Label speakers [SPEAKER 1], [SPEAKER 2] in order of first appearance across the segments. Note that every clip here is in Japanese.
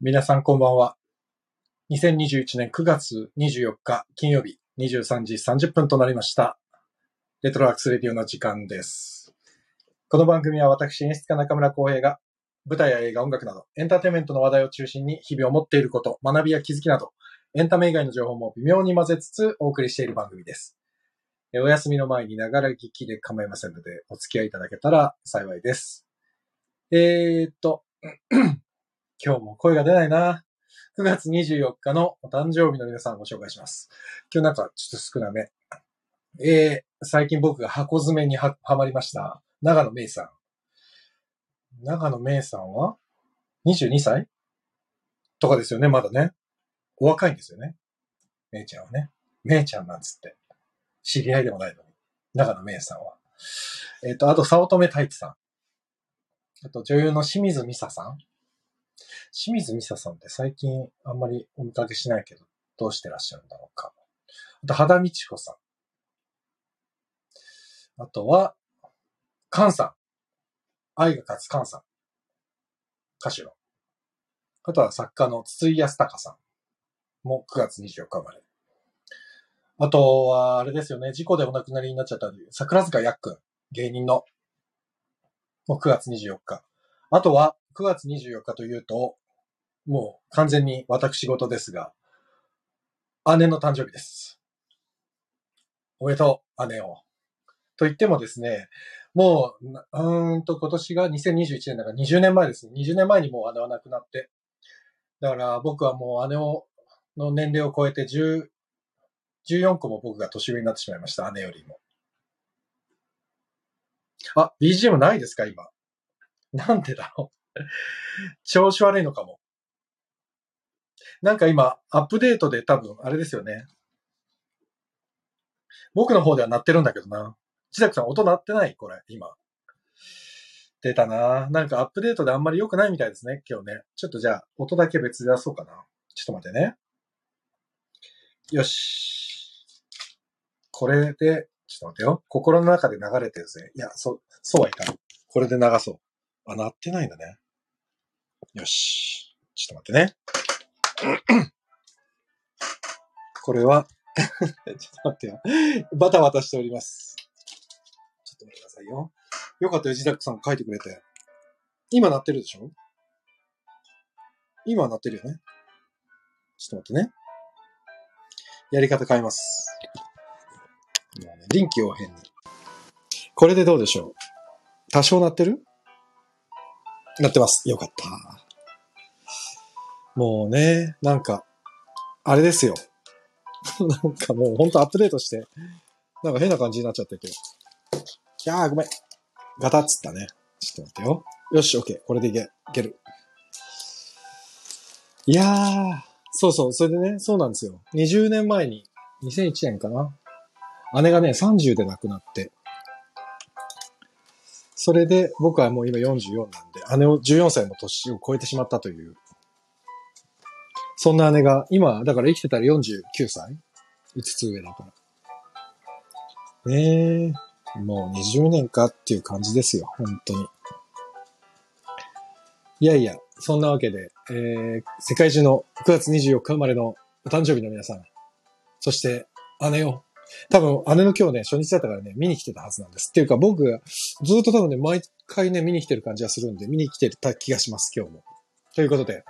[SPEAKER 1] 皆さんこんばんは。2021年9月24日金曜日23時30分となりました。レトロアクスレディオの時間です。この番組は私演出家中村光平が舞台や映画、音楽などエンターテインメントの話題を中心に日々思っていること、学びや気づきなどエンタメ以外の情報も微妙に混ぜつつお送りしている番組です。えお休みの前にながら聞きで構いませんのでお付き合いいただけたら幸いです。えーっと、今日も声が出ないな。9月24日のお誕生日の皆さんをご紹介します。今日なんかちょっと少なめ。えー、最近僕が箱詰めにははまりました。長野めいさん。長野めいさんは ?22 歳とかですよね、まだね。お若いんですよね。めいちゃんはね。めいちゃんなんつって。知り合いでもないのに。長野めいさんは。えっ、と、あと、早乙女太一さん。あと、女優の清水美沙さん。清水美沙さんって最近あんまりお見かけしないけど、どうしてらっしゃるんだろうか。あと、羽田美智子さん。あとは、カンさん。愛が勝つカンさん。歌手の。あとは作家の筒井康隆さんも9月24日生まれ。あとは、あれですよね、事故でお亡くなりになっちゃったという、桜塚やっくん、芸人の、もう9月24日。あとは、9月24日というと、もう完全に私事ですが、姉の誕生日です。おめでとう、姉を。と言ってもですね、もう、なうーんと今年が2021年だから20年前ですね。20年前にもう姉は亡くなって。だから僕はもう姉を、の年齢を超えて10 14個も僕が年上になってしまいました、姉よりも。あ、BGM ないですか、今。なんでだろう。調子悪いのかも。なんか今、アップデートで多分、あれですよね。僕の方では鳴ってるんだけどな。千作さん、音鳴ってないこれ、今。出たななんかアップデートであんまり良くないみたいですね、今日ね。ちょっとじゃあ、音だけ別で出そうかな。ちょっと待ってね。よし。これで、ちょっと待ってよ。心の中で流れてるぜ。いや、そ、そうはいかん。これで流そう。あ、鳴ってないんだね。よし。ちょっと待ってね。これは、 ちょっと待ってよ。バタバタしております。ちょっと待ってくださいよ。よかったよ、ジダックさん書いてくれて。今鳴ってるでしょ今鳴ってるよね。ちょっと待ってね。やり方変えます。もうね、臨機応変に。これでどうでしょう多少鳴ってるなってます。よかった。もうね、なんか、あれですよ。 なんかもうほんとアップデートして、なんか変な感じになっちゃってて。いやーごめん。ガタッつったね。ちょっと待ってよ。よし、オッケー。これでいけ、いける。いやー、そうそう。それでね、そうなんですよ。20年前に、2001年かな。姉がね、30で亡くなって。それで、僕はもう今44なんで、姉を14歳の年を超えてしまったという。そんな姉が、今、だから生きてたら49歳 ?5 つ上だから。ねえ、もう20年かっていう感じですよ、本当に。いやいや、そんなわけで、えー、世界中の9月24日生まれのお誕生日の皆さん、そして姉を、多分姉の今日ね、初日だったからね、見に来てたはずなんです。っていうか僕がずっと多分ね、毎回ね、見に来てる感じがするんで、見に来てた気がします、今日も。ということで、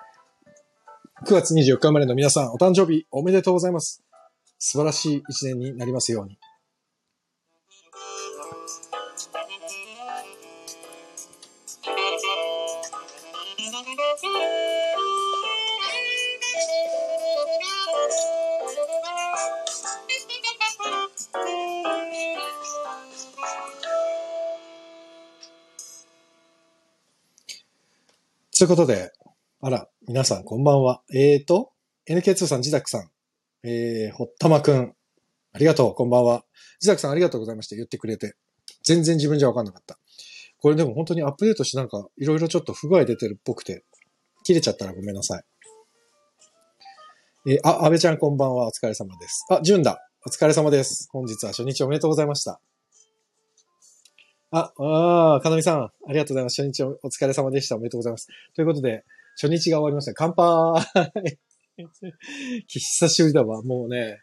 [SPEAKER 1] 9月24日生まれの皆さん、お誕生日おめでとうございます。素晴らしい一年になりますように。ということで、あら、皆さんこんばんは。えーと、NK2 さん、ジダクさん、えー、ほったまくん、ありがとう、こんばんは。ジダクさんありがとうございました。言ってくれて。全然自分じゃわかんなかった。これでも本当にアップデートしてなんか、いろいろちょっと不具合出てるっぽくて、切れちゃったらごめんなさい。えーあ、安倍ちゃんこんばんは。お疲れ様です。あ、ジュンだ。お疲れ様です。本日は初日おめでとうございました。あ、あー、かなみさん、ありがとうございます。初日おお疲れ様でした。おめでとうございます。ということで、初日が終わりました。乾杯 久しぶりだわ。もうね、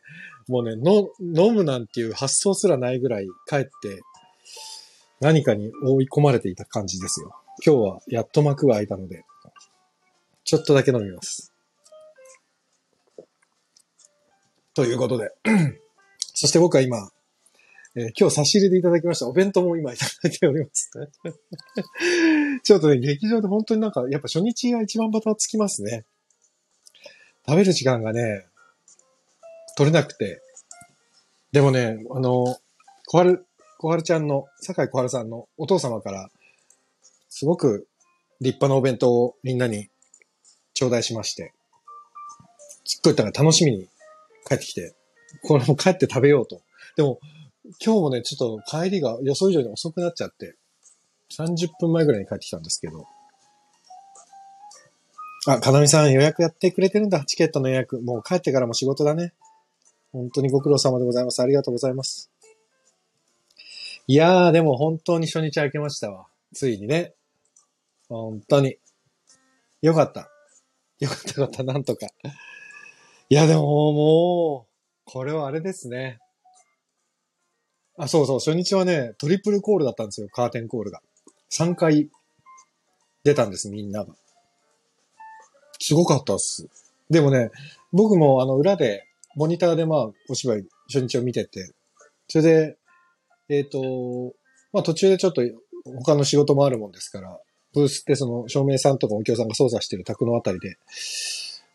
[SPEAKER 1] もうね、の、飲むなんていう発想すらないぐらい帰って、何かに追い込まれていた感じですよ。今日はやっと幕が開いたので、ちょっとだけ飲みます。ということで。そして僕は今、えー今日差し入れでいただきました。お弁当も今いただいております。 ちょっとね、劇場で本当になんか、やっぱ初日が一番バタつきますね。食べる時間がね、取れなくて。でもね、あの、小春、小春ちゃんの、酒井小春さんのお父様から、すごく立派なお弁当をみんなに頂戴しまして、すっごいだから楽しみに帰ってきて、これも帰って食べようと。でも、今日もね、ちょっと帰りが予想以上に遅くなっちゃって、30分前ぐらいに帰ってきたんですけど。あ、かなみさん予約やってくれてるんだ。チケットの予約。もう帰ってからも仕事だね。本当にご苦労様でございます。ありがとうございます。いやー、でも本当に初日明けましたわ。ついにね。本当に。よかった。よかったよかった、なんとか。いや、でももう、これはあれですね。あ、そうそう、初日はね、トリプルコールだったんですよ、カーテンコールが。3回出たんです、みんなが。すごかったっす。でもね、僕もあの裏で、モニターでまあ、お芝居、初日を見てて、それで、えっ、と、まあ途中でちょっと他の仕事もあるもんですから、ブースってその照明さんとか音響さんが操作してる宅のあたりで、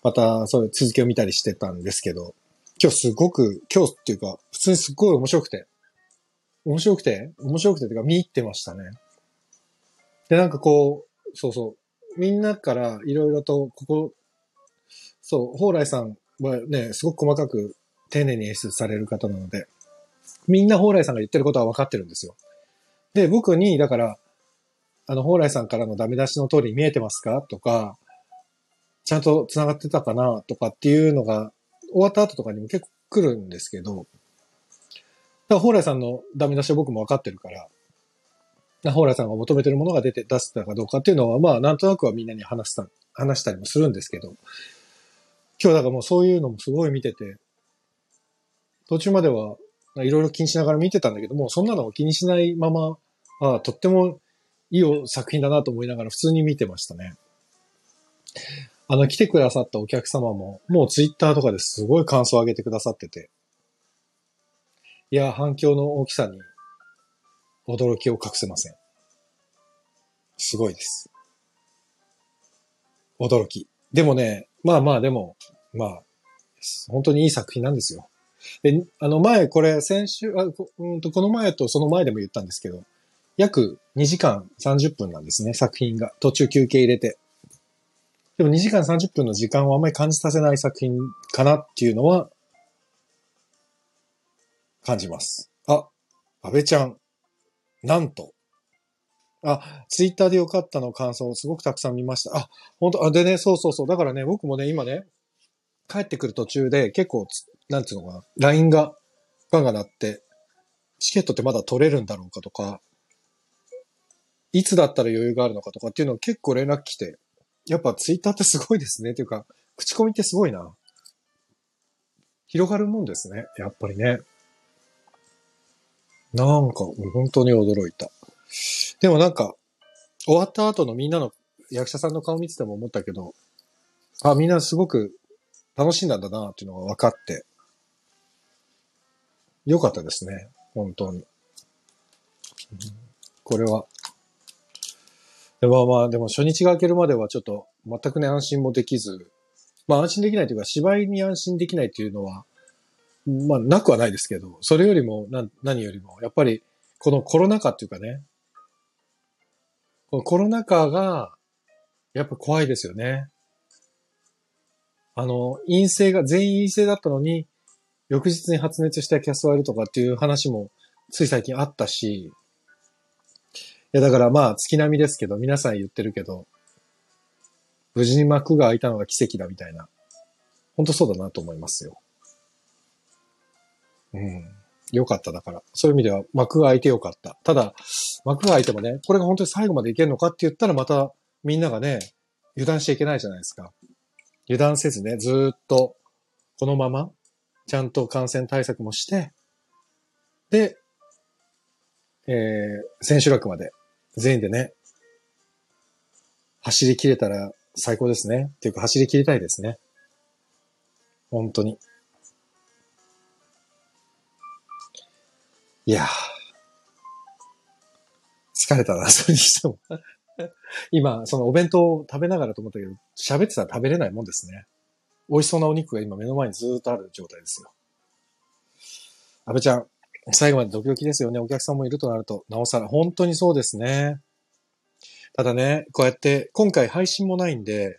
[SPEAKER 1] またそういう続きを見たりしてたんですけど、今日すごく、今日っていうか、普通にすっごい面白くて、面白くて、面白くてっていうか見入ってましたね。で、なんかこう、そうそう、みんなからいろいろと、ここ、そう、蓬莱さんはね、すごく細かく丁寧に演出される方なので、みんな蓬莱さんが言ってることは分かってるんですよ。で、僕に、だから、あの、蓬莱さんからのダメ出しの通り見えてますかとか、ちゃんと繋がってたかなとかっていうのが、終わった後とかにも結構来るんですけど、だから、蓬莱さんのダメ出しは僕も分かってるから、だから蓬莱さんが求めてるものが出て、出せたかどうかっていうのは、まあ、なんとなくはみんなに話した、話したりもするんですけど、今日だからもうそういうのもすごい見てて、途中まではいろいろ気にしながら見てたんだけど、もうそんなのを気にしないまま、ああとってもいいお作品だなと思いながら普通に見てましたね。あの、来てくださったお客様も、もうツイッターとかですごい感想を上げてくださってて、いや、反響の大きさに驚きを隠せません。すごいです。驚き。でもね、まあまあでも、まあ、本当にいい作品なんですよ。で、あの前、これ先週、あこうんとこの前とその前でも言ったんですけど、約2時間30分なんですね、作品が。途中休憩入れて。でも2時間30分の時間をあんまり感じさせない作品かなっていうのは、感じます。あ、安倍ちゃん、なんと。あ、ツイッターでよかったの感想をすごくたくさん見ました。あ、本当あ、でね、そうそうそう。だからね、僕もね、今ね、帰ってくる途中で結構つ、なんていうのかな、LINE がガンガン鳴って、チケットってまだ取れるんだろうかとか、いつだったら余裕があるのかとかっていうのを結構連絡来て、やっぱツイッターってすごいですね。というか、口コミってすごいな。広がるもんですね。やっぱりね。なんか、本当に驚いた。でもなんか、終わった後のみんなの役者さんの顔見てても思ったけど、あ、みんなすごく楽しんだんだなっていうのが分かって、よかったですね。本当に。うんこれは。でまあまあ、でも初日が明けるまではちょっと全くね、安心もできず、まあ安心できないというか、芝居に安心できないっていうのは、まあなくはないですけど、それよりも、なん何よりも、やっぱりこのコロナ禍っていうかね、このコロナ禍が、やっぱ怖いですよね。あの、陰性が、全員陰性だったのに、翌日に発熱したキャストがいるとかっていう話も、つい最近あったし、いや、だからまあ、月並みですけど、皆さん言ってるけど、無事に幕が開いたのが奇跡だみたいな。本当そうだなと思いますよ。うん。よかった、だから。そういう意味では幕が開いてよかった。ただ、幕が開いてもね、これが本当に最後までいけるのかって言ったらまたみんながね、油断しちゃいけないじゃないですか。油断せずね、ずーっと、このまま、ちゃんと感染対策もして、で、えー、千秋楽まで、全員でね、走り切れたら最高ですね。っていうか、走り切りたいですね。本当に。いやー疲れたな、それにしても。今、そのお弁当を食べながらと思ったけど、喋ってたら食べれないもんですね。美味しそうなお肉が今目の前にずーっとある状態ですよ。安倍ちゃん、最後までドキドキですよね。お客さんもいるとなると、なおさら、本当にそうですね。ただね、こうやって、今回配信もないんで、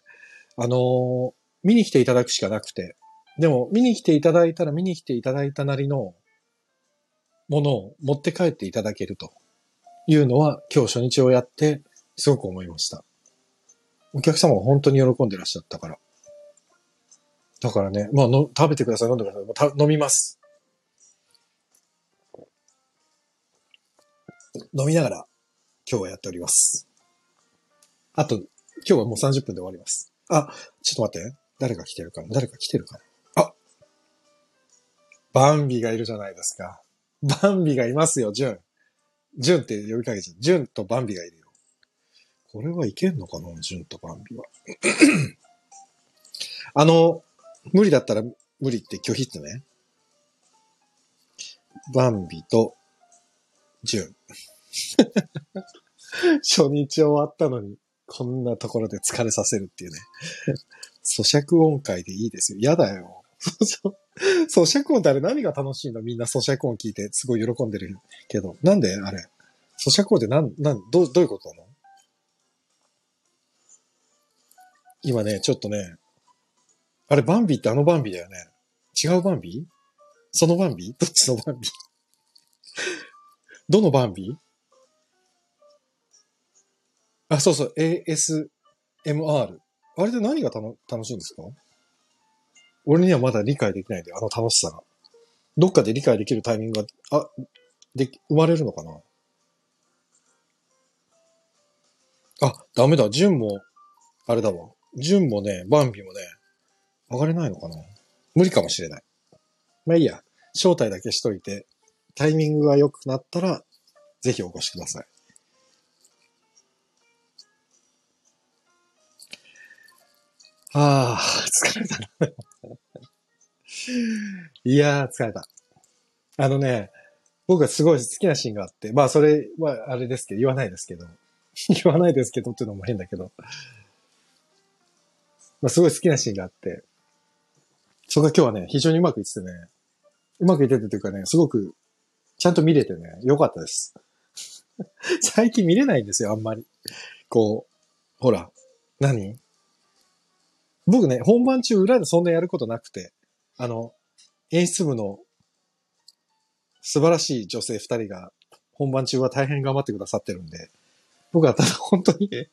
[SPEAKER 1] あのー見に来ていただくしかなくて、でも、見に来ていただいたら見に来ていただいたなりのものを持って帰っていただけるというのは、今日初日をやって、すごく思いました。お客様が本当に喜んでらっしゃったから。だからね、まあの、食べてください、飲んでくださいもうた。飲みます。飲みながら、今日はやっております。あと、今日はもう30分で終わります。あ、ちょっと待って。誰が来てるかな誰か来てるかなあバンビがいるじゃないですか。バンビがいますよ、ジュン。ジュンって呼びかけちゃう。ジュンとバンビがいるよ。これはいけんのかなジュンとバンビは。 あの、無理だったら無理って拒否ってね。バンビとジュン。 初日終わったのに、こんなところで疲れさせるっていうね。咀嚼音階でいいですよ。やだよ。 咀嚼音ってあれ何が楽しいのみんな咀嚼音聞いてすごい喜んでるけど。なんであれ咀嚼音ってなん、なん、どう、どういうことなの今ね、ちょっとね、あれバンビってあのバンビだよね。違うバンビそのバンビどっちのバンビ どのバンビあ、そうそう、ASMR。あれで何がたの楽しいんですか俺にはまだ理解できないんだよ、あの楽しさが。どっかで理解できるタイミングが、あ、で、生まれるのかなあ、ダメだ、ジュンも、あれだわ。ジュンもね、バンビもね、上がれないのかな無理かもしれない。まあいいや、招待だけしといて、タイミングが良くなったら、ぜひお越しください。ああ、疲れたな。 いやー、疲れた。あのね、僕がすごい好きなシーンがあって、まあそれはあれですけど、言わないですけど、 言わないですけどっていうのも変だけど、まあすごい好きなシーンがあって、そこが今日はね、非常にうまくいっててね、うまくいっててというかね、すごくちゃんと見れてね、良かったです。 最近見れないんですよ、あんまり。こう、ほら、何僕ね、本番中裏でそんなやることなくて、あの、演出部の素晴らしい女性二人が本番中は大変頑張ってくださってるんで、僕はただ本当にね、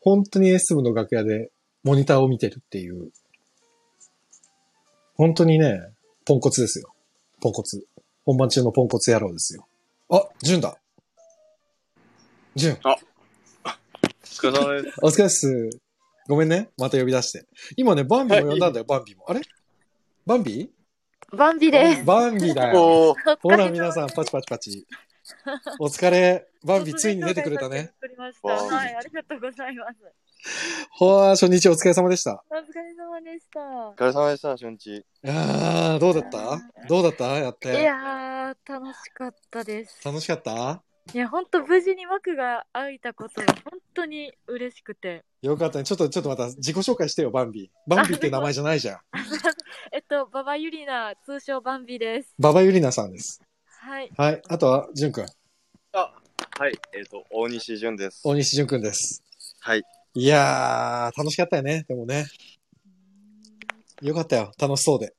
[SPEAKER 1] 本当に演出部の楽屋でモニターを見てるっていう、本当にね、ポンコツですよ。ポンコツ。本番中のポンコツ野郎ですよ。あ、淳だ。淳。
[SPEAKER 2] お疲れ様です。
[SPEAKER 1] お疲れっす。ごめんね。また呼び出して。今ね、バンビも呼んだんだよ、バンビも。あれバンビ
[SPEAKER 3] バンビです。
[SPEAKER 1] バンビだよ。
[SPEAKER 2] おー
[SPEAKER 1] ほら、皆さん、パチパチパチ。お疲れ。バンビ、ついに出てくれたね。。
[SPEAKER 2] わあ
[SPEAKER 3] はい、ありがとうございます。
[SPEAKER 1] ほー、初日お疲れ様でした。
[SPEAKER 3] お疲れ様でした
[SPEAKER 2] お。疲れ様でした、初日。
[SPEAKER 1] あー、どうだったどうだったやっ
[SPEAKER 3] い
[SPEAKER 1] て。
[SPEAKER 3] やー、楽しかったです。
[SPEAKER 1] 楽しかった
[SPEAKER 3] いや、本当無事に幕が開いたことが本当に嬉しくて。
[SPEAKER 1] よかったね。ちょっと、ちょっとまた自己紹介してよ、バンビ。バンビって名前じゃないじゃん。
[SPEAKER 3] えっと、ババユリナ、通称バンビです。
[SPEAKER 1] ババユリナさんです。
[SPEAKER 3] はい。
[SPEAKER 1] はい。あとは、ジュンくん。
[SPEAKER 2] はい、えっ、と、大西潤です。
[SPEAKER 1] 大西ジュンくんです。
[SPEAKER 2] はい。
[SPEAKER 1] いやー、楽しかったよね。でもね。よかったよ。楽しそうで。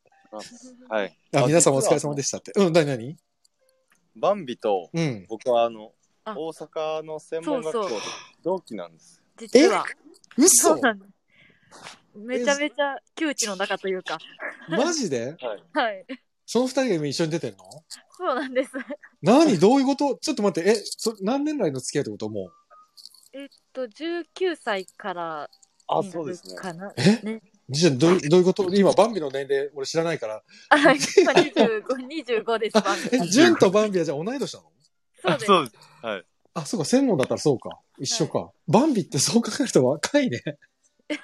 [SPEAKER 2] はい。
[SPEAKER 1] あ、
[SPEAKER 2] あ
[SPEAKER 1] 皆さんお疲
[SPEAKER 2] 実は
[SPEAKER 1] れ様でしたって。うん、なになに
[SPEAKER 2] バンビと
[SPEAKER 1] うん。
[SPEAKER 2] 僕はあの、
[SPEAKER 3] あ
[SPEAKER 2] 大阪の専門学校
[SPEAKER 3] そう
[SPEAKER 2] で
[SPEAKER 3] そう
[SPEAKER 2] 同期なんです。
[SPEAKER 3] 実は、
[SPEAKER 1] 嘘
[SPEAKER 3] そうなんです。めちゃめちゃ窮地の中というか。
[SPEAKER 1] マジで
[SPEAKER 2] はい。
[SPEAKER 3] はい。
[SPEAKER 1] その二人が今一緒に出てんの
[SPEAKER 3] そうなんです。
[SPEAKER 1] 何どういうことちょっと待って、え、そ何年来の付き合いってことも
[SPEAKER 3] えっと、19歳から
[SPEAKER 2] あ、
[SPEAKER 3] に
[SPEAKER 2] そうですね。
[SPEAKER 3] かな。
[SPEAKER 1] え
[SPEAKER 3] ね。
[SPEAKER 1] じゃあどう、どういうこと今、バンビの年齢、俺知らないから。
[SPEAKER 3] あ、今25、25です、バン
[SPEAKER 1] え、
[SPEAKER 3] ビ。
[SPEAKER 1] ジュンとバンビはじゃあ同い年なの
[SPEAKER 3] そう
[SPEAKER 2] あ
[SPEAKER 3] です。
[SPEAKER 2] そうです。はい。
[SPEAKER 1] あ、そうか、専門だったらそうか。一緒か。バンビってそう考えると若いね。
[SPEAKER 3] え、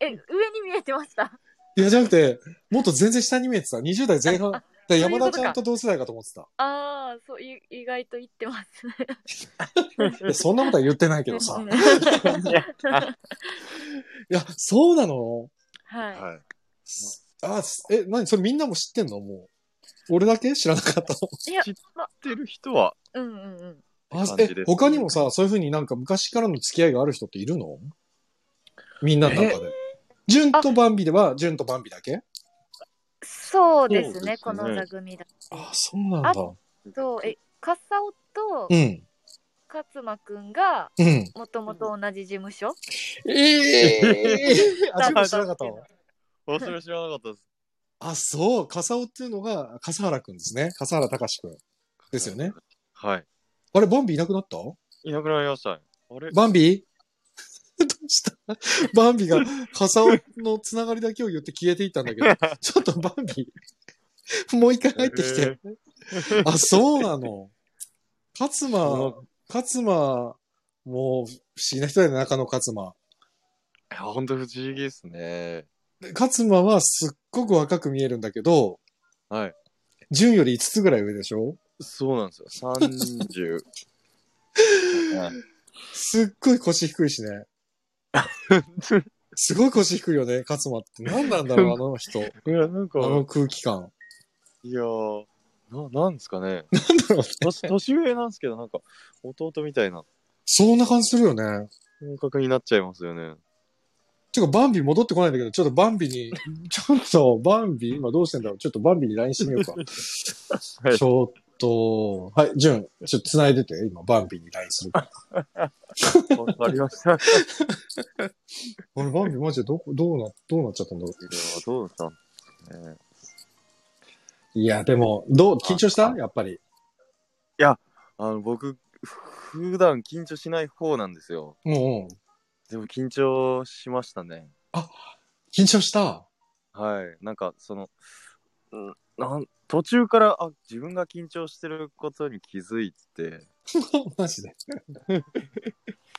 [SPEAKER 3] 上に見えてました。
[SPEAKER 1] いや、じゃなくて、もっと全然下に見えてた。20代前半。だから
[SPEAKER 3] そういう
[SPEAKER 1] 山田
[SPEAKER 3] ことか
[SPEAKER 1] ちゃんと同世代かと思ってた。
[SPEAKER 3] ああ、そう、い意外と言ってます。
[SPEAKER 1] いや、そんなことは言ってないけどさ。いや、そうなの
[SPEAKER 3] はい。
[SPEAKER 2] はい。
[SPEAKER 1] あ、すえ、何それみんなも知ってんのもう。俺だけ知らなかった
[SPEAKER 3] いや
[SPEAKER 2] 知ってる人は、
[SPEAKER 3] うんうんうん。
[SPEAKER 1] の。
[SPEAKER 2] っ
[SPEAKER 1] あ
[SPEAKER 2] て感じ
[SPEAKER 1] え
[SPEAKER 2] ですね、
[SPEAKER 1] 他にもさ、そういうふうになんか昔からの付き合いがある人っているのみんなの中で。ジュンとバンビでは、ジュンとバンビだけ
[SPEAKER 3] そうです
[SPEAKER 2] そうですね
[SPEAKER 3] ね、この座組だ
[SPEAKER 1] あ、そうなんだ。
[SPEAKER 3] と。え、カッサオと
[SPEAKER 1] うん。
[SPEAKER 3] 勝間くんが、
[SPEAKER 1] うん。
[SPEAKER 3] もともと同じ事務所
[SPEAKER 1] ええ ー。あ、ジュンも知らなかったわ。
[SPEAKER 2] 私は知らなかったです。
[SPEAKER 1] あ、そう。笠尾っていうのが、笠原くんですね。笠原隆くん。ですよね。
[SPEAKER 2] はい。
[SPEAKER 1] あれ、バンビいなくなった
[SPEAKER 2] いなくなりました。あれ
[SPEAKER 1] バンビ どうしたバンビが、笠尾のつながりだけを言って消えていったんだけど、ちょっとバンビ、もう一回入ってきて。 あ、そうなの。勝間、勝間、もう、不思議な人だよね、中野勝間。
[SPEAKER 2] いや、本当不思議ですね。
[SPEAKER 1] 勝間はすっごく若く見えるんだけど、
[SPEAKER 2] はい。
[SPEAKER 1] 純より5つぐらい上でしょ
[SPEAKER 2] そうなんですよ。30。はい
[SPEAKER 1] すっごい腰低い しね。すごい腰低いよね、勝間って。何なんだろう、あの人。
[SPEAKER 2] いや、なんか
[SPEAKER 1] あ、の空気感。
[SPEAKER 2] いやー、な、なんですかね。
[SPEAKER 1] なんだろうね。
[SPEAKER 2] 年年上なんですけど、なんか、弟みたいな
[SPEAKER 1] そんな感じするよね。
[SPEAKER 2] 感覚になっちゃいますよね。
[SPEAKER 1] てか、バンビ戻ってこないんだけど、ちょっとバンビに、ちょっと、バンビ、今どうしてんだろう。ちょっとバンビに LINE してみようか。
[SPEAKER 2] はい
[SPEAKER 1] ちょっと、はい、ジュン、ちょっと繋いでて、今、バンビに LINE するから。
[SPEAKER 2] わかりました。いや
[SPEAKER 1] 俺、バンビマジでどこ、どうな、どうなっちゃったんだろう。
[SPEAKER 2] ー、どうだったんですかね。
[SPEAKER 1] いや、でも、どう、緊張したやっぱり。
[SPEAKER 2] あの、僕、ふ普段緊張しない方なんですよ。
[SPEAKER 1] うんうん。
[SPEAKER 2] でも緊張しましたね。
[SPEAKER 1] 緊張した。
[SPEAKER 2] はい。なんか、その、うんなん途中から、あ、自分が緊張してることに気づいて、
[SPEAKER 1] マジで。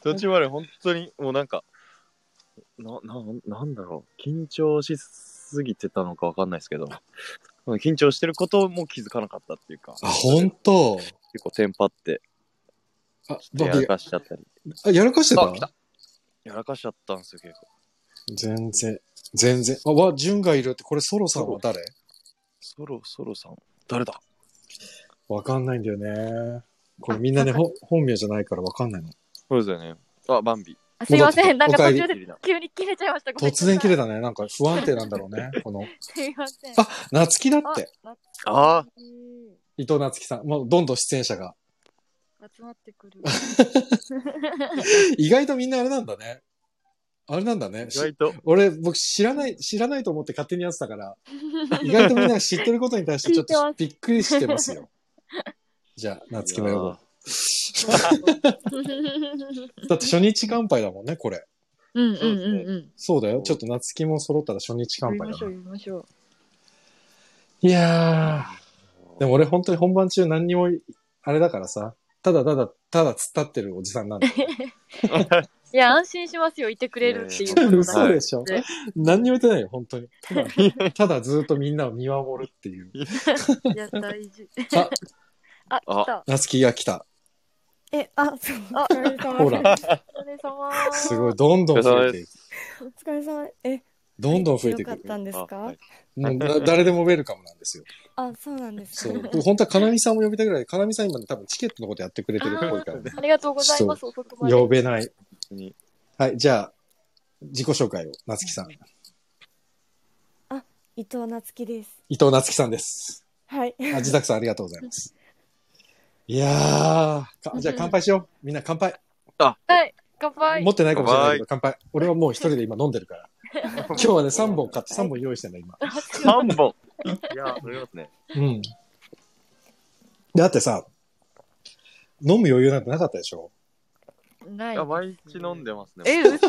[SPEAKER 2] 途中まで本当に、もうなんか、な、な、なんだろう。緊張しすぎてたのかわかんないですけど、緊張してることも気づかなかったっていうか、
[SPEAKER 1] あ、ほんと。
[SPEAKER 2] 結構テンパって、
[SPEAKER 1] あ、バ
[SPEAKER 2] や
[SPEAKER 1] ン
[SPEAKER 2] ら
[SPEAKER 1] ビ、
[SPEAKER 2] かしちゃったり。
[SPEAKER 1] あ、やらかしてた
[SPEAKER 2] あ来たやらかしちゃったんですよ、結構。
[SPEAKER 1] 全然、全然。あ、わ、ジュンがいるって、これソロさんは誰
[SPEAKER 2] ソロ、ソロさん、誰だ
[SPEAKER 1] わかんないんだよね。これみんなね、ほ本名じゃないからわかんないの。
[SPEAKER 2] そうですよね。あ、バンビ。
[SPEAKER 3] あすいません、なんか
[SPEAKER 1] おかえ
[SPEAKER 3] 途
[SPEAKER 1] り
[SPEAKER 3] 中で急に切れちゃいました。ごめんな
[SPEAKER 1] 突
[SPEAKER 3] さい
[SPEAKER 1] 然切れたね。なんか不安定なんだろうね。この、
[SPEAKER 3] すいません。
[SPEAKER 1] あ、夏希だって。
[SPEAKER 3] あ、
[SPEAKER 2] ああ、
[SPEAKER 3] うん
[SPEAKER 1] 伊藤夏希さん。もうどんどん出演者が。
[SPEAKER 3] 集まっ てくる。
[SPEAKER 1] 意外とみんなあれなんだね。あれなんだね。
[SPEAKER 2] 意
[SPEAKER 1] し
[SPEAKER 2] 外と。
[SPEAKER 1] 俺、僕知らない、知らないと思って勝手にやってたから、意外とみんな知ってることに対してちょっ
[SPEAKER 3] 聞いてま
[SPEAKER 1] とびっくりしてますよ。じゃあ、夏希の予
[SPEAKER 2] い
[SPEAKER 1] 防
[SPEAKER 2] や。
[SPEAKER 1] だって初日乾杯だもんね、これ。
[SPEAKER 3] うんうんうんうん。
[SPEAKER 1] そうだよ。ちょっと夏希も揃ったら初日
[SPEAKER 3] や
[SPEAKER 1] 乾
[SPEAKER 3] り
[SPEAKER 1] 杯
[SPEAKER 3] ま
[SPEAKER 1] だ
[SPEAKER 3] しょ
[SPEAKER 1] な
[SPEAKER 3] う、。やりましょう。
[SPEAKER 1] いやー。でも俺本当に本番中何にも、あれだからさ、ただただ、ただ突っ立ってるおじさんなんだ。
[SPEAKER 3] いや、安心しますよ、いてくれるっていうことだ
[SPEAKER 1] 嘘
[SPEAKER 2] はい
[SPEAKER 1] でしょ、
[SPEAKER 3] ね
[SPEAKER 1] 何にも言ってないよ、本当に。ただ、ただずっとみんなを見守るっていう。
[SPEAKER 3] いや、大事。
[SPEAKER 1] あ、
[SPEAKER 3] あ、来た。
[SPEAKER 1] 夏希が来た。
[SPEAKER 4] え、あ、そう。
[SPEAKER 3] あ
[SPEAKER 4] お疲れ様
[SPEAKER 1] ほら、
[SPEAKER 3] お疲れ様。
[SPEAKER 1] すごい、。どんどん増えていく。
[SPEAKER 4] お疲れ様。え、
[SPEAKER 1] どんどん増えていく
[SPEAKER 4] よかったんです
[SPEAKER 2] あは
[SPEAKER 4] か
[SPEAKER 2] い。
[SPEAKER 1] もうだ誰でもウェルカムなんですよ。
[SPEAKER 4] あ、そうなんです
[SPEAKER 1] そ
[SPEAKER 4] ね。
[SPEAKER 1] う。本当は、かなみさんも呼びたいぐらい、かなみさん今ね多分チケットのことやってくれてるっぽいからね。
[SPEAKER 3] ありがとうございます、遅くまで。
[SPEAKER 1] 呼べない。
[SPEAKER 2] 別に
[SPEAKER 1] はい、じゃあ、自己紹介を、夏希さん。
[SPEAKER 4] 伊藤夏樹です。
[SPEAKER 1] 伊藤夏希さんです。
[SPEAKER 4] はい。
[SPEAKER 1] あ、自宅さんありがとうございます。いやー、かじゃあ乾杯しよう。みんな乾杯。
[SPEAKER 3] はい、乾杯
[SPEAKER 1] 持。ってないかもしれないけど乾杯。俺はもう一人で今飲んでるから。今日はね、3本買って3本用意してんだ、今。
[SPEAKER 2] 三本。いや、飲みますね。
[SPEAKER 1] うん。だってさ、飲む余裕なんてなかったでしょ
[SPEAKER 3] ない
[SPEAKER 2] いや、。毎日飲んでますね。
[SPEAKER 3] え、うっ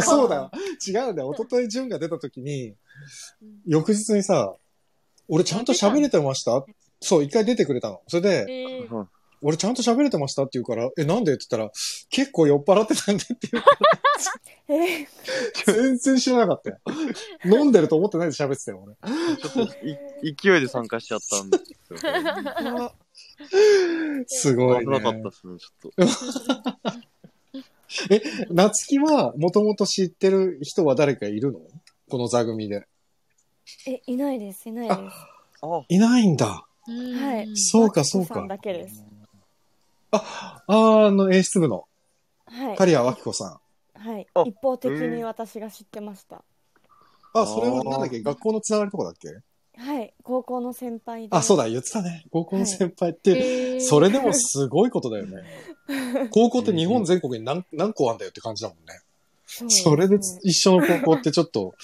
[SPEAKER 1] そうだよ。違うんだよ。一昨日ジュンが出た時に、翌日にさ、俺ちゃんと喋れてましたそう、一回出てくれたの。それで、
[SPEAKER 3] えー
[SPEAKER 2] うん
[SPEAKER 1] 俺ちゃんと喋れてましたって言うから、え、なんでって言ったら、結構酔っ払ってたんでって言うから
[SPEAKER 4] え、
[SPEAKER 1] 全然知らなかったよ。飲んでると思ってないで喋ってたよ、俺。
[SPEAKER 2] ちょっとい勢いで参加しちゃったんですよ。
[SPEAKER 1] すごい、
[SPEAKER 2] 危
[SPEAKER 1] ね
[SPEAKER 2] な。かったですね、ちょっ
[SPEAKER 1] 夏希は、もともと知ってる人は誰かいるのこの座組で。
[SPEAKER 4] え、いないです、いないです。
[SPEAKER 2] と。
[SPEAKER 1] いないんだ。
[SPEAKER 4] は
[SPEAKER 3] う
[SPEAKER 4] い
[SPEAKER 3] ん
[SPEAKER 1] そうか、そう
[SPEAKER 4] マキコ
[SPEAKER 1] か
[SPEAKER 4] さん。だけです。
[SPEAKER 1] あ、あの、演出部の、
[SPEAKER 4] はい。
[SPEAKER 1] 刈谷明子さん。
[SPEAKER 4] はい
[SPEAKER 2] あ。
[SPEAKER 4] 一方的
[SPEAKER 2] へえ
[SPEAKER 4] に私が知ってました。
[SPEAKER 1] あ、それはなんだっけ学校のつながりとかだっけ
[SPEAKER 4] はい。高校の先輩で。
[SPEAKER 1] あ、そう
[SPEAKER 4] だ。
[SPEAKER 1] だ、言ってたね。高校の先輩っ
[SPEAKER 3] え
[SPEAKER 1] て、
[SPEAKER 3] ー
[SPEAKER 1] それでもすごいことだよね。高校って日本全国に何何校あんだよって感じだもんね。
[SPEAKER 4] そうですね
[SPEAKER 1] それで一緒の高校ってちょっと、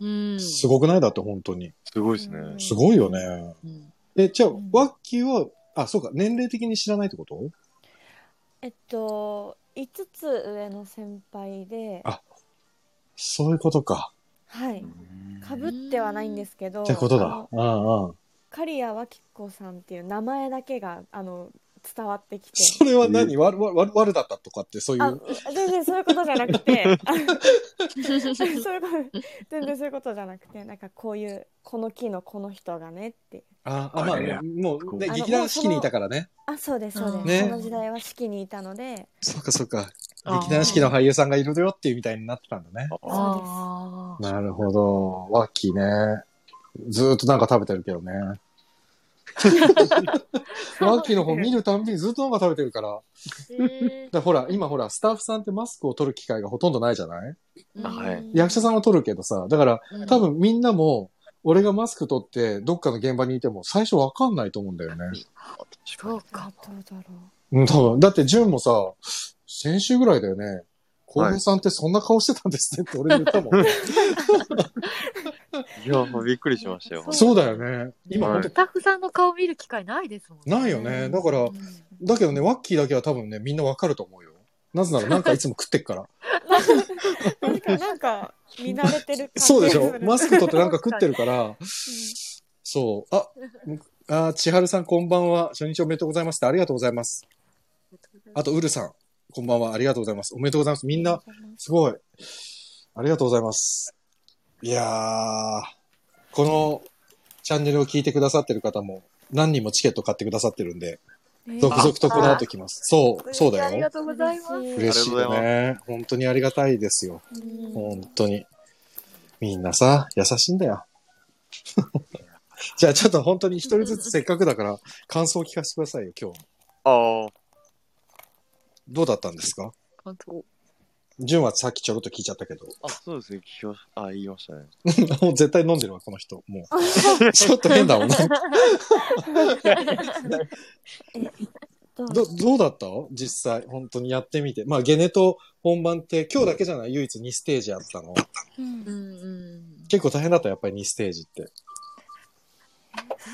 [SPEAKER 3] うん。
[SPEAKER 1] すごくないだって、本当に。
[SPEAKER 2] すごいですね。
[SPEAKER 4] うん
[SPEAKER 1] すごいよね。
[SPEAKER 3] うん
[SPEAKER 1] え、じゃあ
[SPEAKER 3] うん、
[SPEAKER 1] ワッキーは、あ、そうか、年齢的に知らないってこと
[SPEAKER 4] えっと、5つ上の先輩で
[SPEAKER 1] あ、そういうことか。
[SPEAKER 4] はい。かぶってはないんですけど、
[SPEAKER 1] ってこと
[SPEAKER 4] あ
[SPEAKER 1] だ
[SPEAKER 4] の。
[SPEAKER 1] うんうん。
[SPEAKER 4] 刈谷脇子さんっていう名前だけが、あの、伝わってきて。
[SPEAKER 1] それは何わ、わ、わ、わるだったとかって、そうい
[SPEAKER 4] あ
[SPEAKER 1] う。、
[SPEAKER 4] 全然そういうことじゃなくて、あ そういうこと、全然そういうことじゃなくて、なんかこういう、この木のこの人がねって。
[SPEAKER 1] あ、あまあ
[SPEAKER 2] いやい
[SPEAKER 1] ね
[SPEAKER 2] や、
[SPEAKER 1] もう、ね、
[SPEAKER 4] あの
[SPEAKER 1] 劇団四季にいたからね。
[SPEAKER 4] あ、そうです、そうです。
[SPEAKER 1] ね
[SPEAKER 4] その時代は式にいたので、
[SPEAKER 1] そうか、そうか。
[SPEAKER 3] あー
[SPEAKER 1] 劇団四季の俳優さんがいるよっていうみたいになってたんだね。
[SPEAKER 3] あ
[SPEAKER 1] なるほど。ワッキーね。ずーっとなんか食べてるけどね。ワッキーの方見るたんびにずっとなんか食べてるから。だか
[SPEAKER 3] ーえ
[SPEAKER 1] らほら、今ほら、スタッフさんってマスクを取る機会がほとんどないじゃない
[SPEAKER 3] ー。
[SPEAKER 2] あはい
[SPEAKER 3] うん
[SPEAKER 1] 役者さんは取るけどさ、だから多
[SPEAKER 3] うん
[SPEAKER 1] 分みんなも、俺がマスク取ってどっかの現場にいても最初わかんないと思うんだよね。
[SPEAKER 3] そうか。
[SPEAKER 4] どうだろ
[SPEAKER 1] うん、多分。だって、ジュンもさ、先週ぐらいだよね。コウさんってそんな顔してたんですねって俺に言ったもん。
[SPEAKER 2] いや、もうびっくりしましたよ。
[SPEAKER 1] そうだよね。今
[SPEAKER 2] はい
[SPEAKER 1] 本当
[SPEAKER 3] スタッフさんの顔見る機会ないですもんね。
[SPEAKER 1] ないよね。だから
[SPEAKER 4] う。、
[SPEAKER 1] だけどね、ワッキーだけは多分ね、みんなわかると思うよ。なぜならなんかいつも食ってっから。
[SPEAKER 4] なんか、なんか、見慣れてる感じ
[SPEAKER 1] そうでしょ
[SPEAKER 4] がする
[SPEAKER 1] マスク取ってなんか食ってるから、そう。あ、あ、千春さんこんばんは。初日おめでとうございますってありがとうございます。あと、ウルさん、こんばんは。ありがとうございます。おめでとうございます。みんな、すごい。ありがとうございます。いやー、このチャンネルを聞いてくださってる方も、何人もチケット買ってくださってるんで、
[SPEAKER 4] うん
[SPEAKER 1] 続々とこの後来ます。そう、そうだ
[SPEAKER 3] あり
[SPEAKER 1] よ
[SPEAKER 3] が。とうございます。
[SPEAKER 1] 嬉しいよ
[SPEAKER 2] ありがとうござ
[SPEAKER 1] ね。本当にありがたいですよ。
[SPEAKER 4] うん
[SPEAKER 1] 本当に。みんなさ、優しいんだよ。 じゃあちょっと本当に一人ずつせっかくだから、感想を聞かせてくださいよ、今日。
[SPEAKER 2] ああ、
[SPEAKER 1] どうだったんですか
[SPEAKER 3] 本当。
[SPEAKER 1] 純はさっきちょろっと聞いちゃったけど。
[SPEAKER 2] あ、そうですね。聞きましあ、言いましたね。
[SPEAKER 1] もう絶対飲んでるわ、この人。も う。ちょっと変だもん。
[SPEAKER 4] どう
[SPEAKER 1] ど、どうだった実際、本当にやってみて。まあ、ゲネと本番って今日だけじゃない唯一2ステージあったの。
[SPEAKER 4] うん
[SPEAKER 3] うんうん。
[SPEAKER 1] 結構大変だった、やっぱり2ステージって。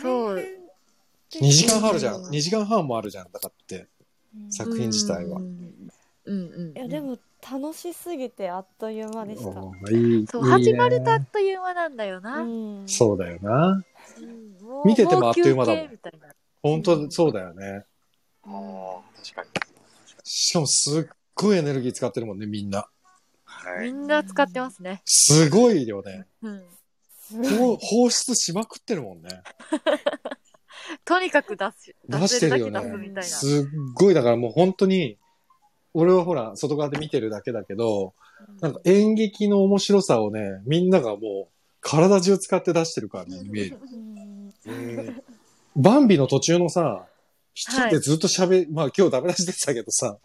[SPEAKER 3] そう。
[SPEAKER 1] 2時間半あるじゃん。2時間半もあるじゃん。だからって。
[SPEAKER 4] うん
[SPEAKER 1] 作品自体は
[SPEAKER 3] うんうんうん。
[SPEAKER 4] いや、でも、楽しすぎてあっという間でした。
[SPEAKER 1] おーいい
[SPEAKER 3] そう、
[SPEAKER 1] いいね
[SPEAKER 3] 始まるとあっという間なんだよな。
[SPEAKER 4] うん
[SPEAKER 1] そうだよな。
[SPEAKER 3] うんも
[SPEAKER 1] 見ててもあっという間だもん
[SPEAKER 3] もう休憩みたいな
[SPEAKER 1] 本当そうだよね。
[SPEAKER 2] ああ、確かに。
[SPEAKER 1] しかもすっごいエネルギー使ってるもんね、みんな。
[SPEAKER 2] は
[SPEAKER 3] みんな使ってますね。
[SPEAKER 1] すごい量ね。
[SPEAKER 3] うん。
[SPEAKER 4] すごい
[SPEAKER 1] こう放出しまくってるもんね。
[SPEAKER 3] とにかく出す。
[SPEAKER 1] 出してるよ
[SPEAKER 3] 出せだけ出すみ
[SPEAKER 1] ね。
[SPEAKER 3] たいな。
[SPEAKER 1] すっごい、だからもう本当に、俺はほら、外側で見てるだけだけど、なんか演劇の面白さをね、みんながもう、体中使って出してる感じに見える。
[SPEAKER 4] うん
[SPEAKER 1] バンビの途中のさ、一
[SPEAKER 3] は
[SPEAKER 1] 人で
[SPEAKER 3] い
[SPEAKER 1] ずっと喋、まあ今日ダメ出しでしたけどさ、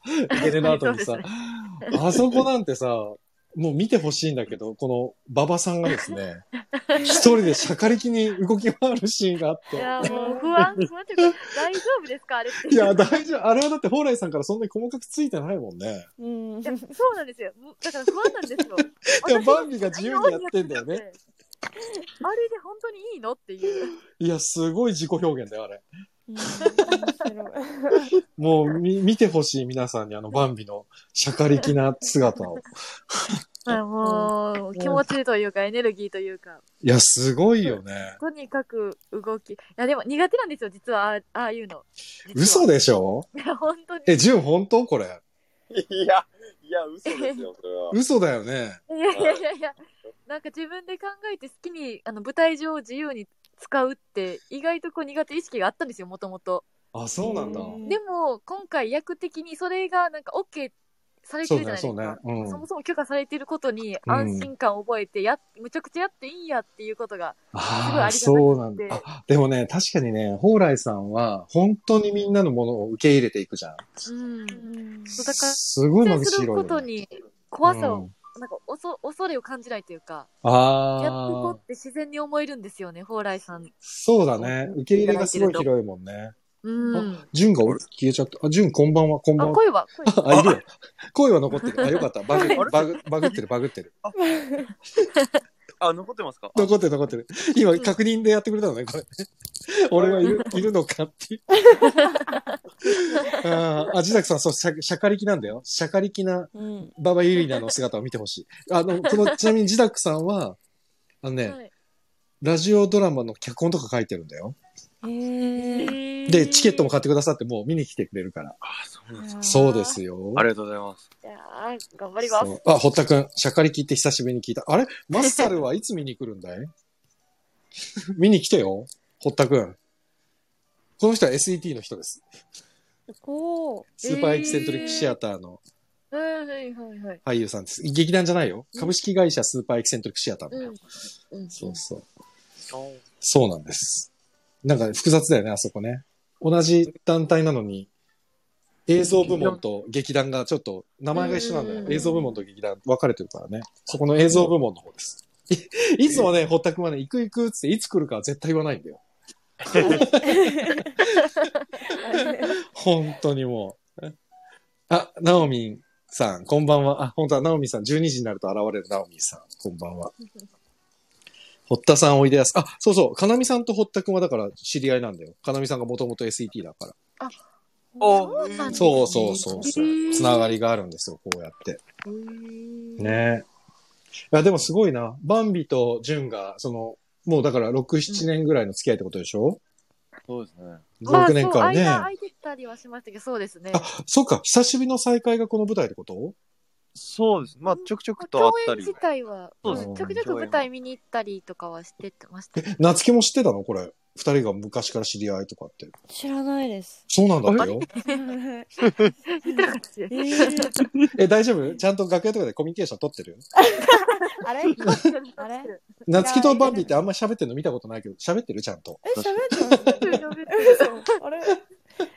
[SPEAKER 1] ゲネの後にさ、
[SPEAKER 3] そうで
[SPEAKER 1] あそこなんてさ、もう見てほしいんだけど、この馬場さんがですね、一人でしゃかりきに動き回るシーンがあっ
[SPEAKER 3] い
[SPEAKER 1] て、
[SPEAKER 3] や、もう不安、不安というか、大丈夫ですかあれっ
[SPEAKER 1] い
[SPEAKER 3] て。
[SPEAKER 1] や、大丈夫。あれはだって蓬莱さんからそんなに細かくついてないもんね。
[SPEAKER 4] うん
[SPEAKER 3] いやそうなんですよ。もうだから不安なんですよ。
[SPEAKER 1] いや、
[SPEAKER 3] 私
[SPEAKER 1] バンビが自由にやってんだよね。。
[SPEAKER 3] あれで本当にいいのっていう。
[SPEAKER 1] いや、すごい自己表現だよ、あれ。
[SPEAKER 4] 面白い。
[SPEAKER 1] もうみ見てほしい皆さんにあのバンビのシャカリキな姿を。
[SPEAKER 3] あもう、気持ちというか、エネルギーというか、
[SPEAKER 1] い や、すごいよね。
[SPEAKER 3] とにかく動き。いや、でも苦手なんですよ、実は、ああああいうの。
[SPEAKER 1] 嘘
[SPEAKER 3] で
[SPEAKER 1] でしょ
[SPEAKER 3] いや、本当に。
[SPEAKER 1] え、ジュン本当これ。
[SPEAKER 2] いや、いや、嘘ですよ、それ は。
[SPEAKER 1] 嘘だよね。
[SPEAKER 3] いやいやいやいや、なんか自分で考えて好きに、あの、舞台上を自由に使うって、意外とこう苦手意識があったんですよ、もともと。
[SPEAKER 1] あ、そうなんだ。
[SPEAKER 4] うん
[SPEAKER 3] でも、今回役的にそれがなんか OK されてるじゃないですか。
[SPEAKER 1] そうねそうねうん
[SPEAKER 3] そもそも許可されてることに安心感を覚えて、や、むちゃくちゃやっていいんやっていうことが、ご
[SPEAKER 1] あ
[SPEAKER 3] いあ
[SPEAKER 1] あ、
[SPEAKER 3] りがたくて
[SPEAKER 1] そうなんだ。あでもね、確かにね、蓬莱さんは本当にみんなのものを受け入れていくじゃん。
[SPEAKER 3] うん。そうだから
[SPEAKER 1] すごい
[SPEAKER 3] 挑
[SPEAKER 1] 眩
[SPEAKER 3] 戦
[SPEAKER 1] しい
[SPEAKER 3] する
[SPEAKER 1] よ、
[SPEAKER 3] ことに怖さ
[SPEAKER 1] う
[SPEAKER 3] を、
[SPEAKER 1] ん
[SPEAKER 3] なんかおそ恐れを感じないというか、やっていこ
[SPEAKER 1] あ
[SPEAKER 3] う
[SPEAKER 1] あ
[SPEAKER 3] っ、て自然に思えるんですよね、蓬莱さん。
[SPEAKER 1] そうだね。受け入れがすごい広いもんね。
[SPEAKER 3] うん。
[SPEAKER 1] ジュンが俺消えちゃった。あ、ジュンこんばんは、こんば
[SPEAKER 3] あ、
[SPEAKER 1] んは。
[SPEAKER 3] 声は、声は。
[SPEAKER 1] あ、いるよ。声は残ってる。あ、よかった。バグ、バグ、バグってる、バグってる。
[SPEAKER 2] あ、残ってますか
[SPEAKER 1] 残ってる、残ってる。今、確認でやってくれたのね、これ。俺はいる、いるのかっていう。あー、あジダクさん、そう、シャシャカリキなんだよ。シャカリキな
[SPEAKER 4] うん。
[SPEAKER 1] ババユリナの姿を見てほしい。あの、この、ちなみにジダクさんは、あのね、
[SPEAKER 3] はい
[SPEAKER 1] ラジオドラマの脚本とか書いてるんだよ。
[SPEAKER 4] へえ。
[SPEAKER 1] で、チケットも買ってくださって、もう見に来てくれるから。
[SPEAKER 2] あ、そうなんです
[SPEAKER 1] そうで。すよ。
[SPEAKER 2] ありがとうございます。
[SPEAKER 3] いやー頑張ります。
[SPEAKER 1] そうあ、堀田くん、シャカリキって久しぶりに聞いた。あれマッサルはいつ見に来るんだい 見に来てよ、堀田くん。この人は SET の人です。
[SPEAKER 4] おお。
[SPEAKER 1] スーパーエキセントリックシアターの
[SPEAKER 3] はいはいはいはい。
[SPEAKER 1] 俳優さんです。劇団じゃないよ。株式会社スーパーエキセントリックシアターの。
[SPEAKER 3] うん。うん、
[SPEAKER 1] そうそう。
[SPEAKER 2] そう
[SPEAKER 1] そうなんです。なんか複雑だよね、あそこね。同じ団体なのに、映像部門と劇団がちょっと、名前が一緒なんだよ
[SPEAKER 3] う。ん
[SPEAKER 1] 映像部門と劇団分かれてるからね。そこの映像部門の方です。いいつもね、堀田くんはね、行く行くっつって、いつ来るかは絶対言わないんだよ。本当にもう。あ、ナオミンさん、こんばんは。あ、本当はナオミンさん、12時になると現れるナオミンさん、こんばんは。堀田さんおいでやす。あ、そうそう、かなみさんと堀田くんはだから知り合いなんだよ。かなみさんがもともと SET だから。
[SPEAKER 2] お
[SPEAKER 3] そうなんですね
[SPEAKER 1] そうそうそうそ
[SPEAKER 3] へ
[SPEAKER 1] う。
[SPEAKER 3] ー
[SPEAKER 1] つながりがあるんですよ、こうやって。
[SPEAKER 3] ね。
[SPEAKER 1] ねいや、でもすごいな。バンビとジュンが、その、もうだから6、7年ぐらいの付き合いってことでしょ、
[SPEAKER 2] そうですね。
[SPEAKER 1] う
[SPEAKER 3] まあ
[SPEAKER 1] ?6 年間ね。
[SPEAKER 3] そう、間
[SPEAKER 1] あ
[SPEAKER 3] 空いてたりはしましたけど、そうですね。
[SPEAKER 1] そっか、久しぶりの再会がこの舞台ってこと
[SPEAKER 2] そうです。まあ、ちょくちょくと会
[SPEAKER 3] 共
[SPEAKER 2] った
[SPEAKER 3] 演
[SPEAKER 2] り
[SPEAKER 3] 自。体は、
[SPEAKER 2] そう
[SPEAKER 1] です
[SPEAKER 3] うんちょくちょく舞台見に行ったりとかはしてましたね。
[SPEAKER 1] 夏希も知ってたのこれ。二人が昔から知り合いとかって。
[SPEAKER 4] 知らないです。
[SPEAKER 1] そうなんだったよ。
[SPEAKER 4] 知らない
[SPEAKER 3] 見たかったです
[SPEAKER 4] えー
[SPEAKER 1] え、大丈夫ちゃんと楽屋とかでコミュニケーション取ってる
[SPEAKER 4] あれあれ
[SPEAKER 1] 夏希とバンビってあんまり喋ってるの見たことないけど、喋ってるちゃんと。
[SPEAKER 4] え、喋ってますあれ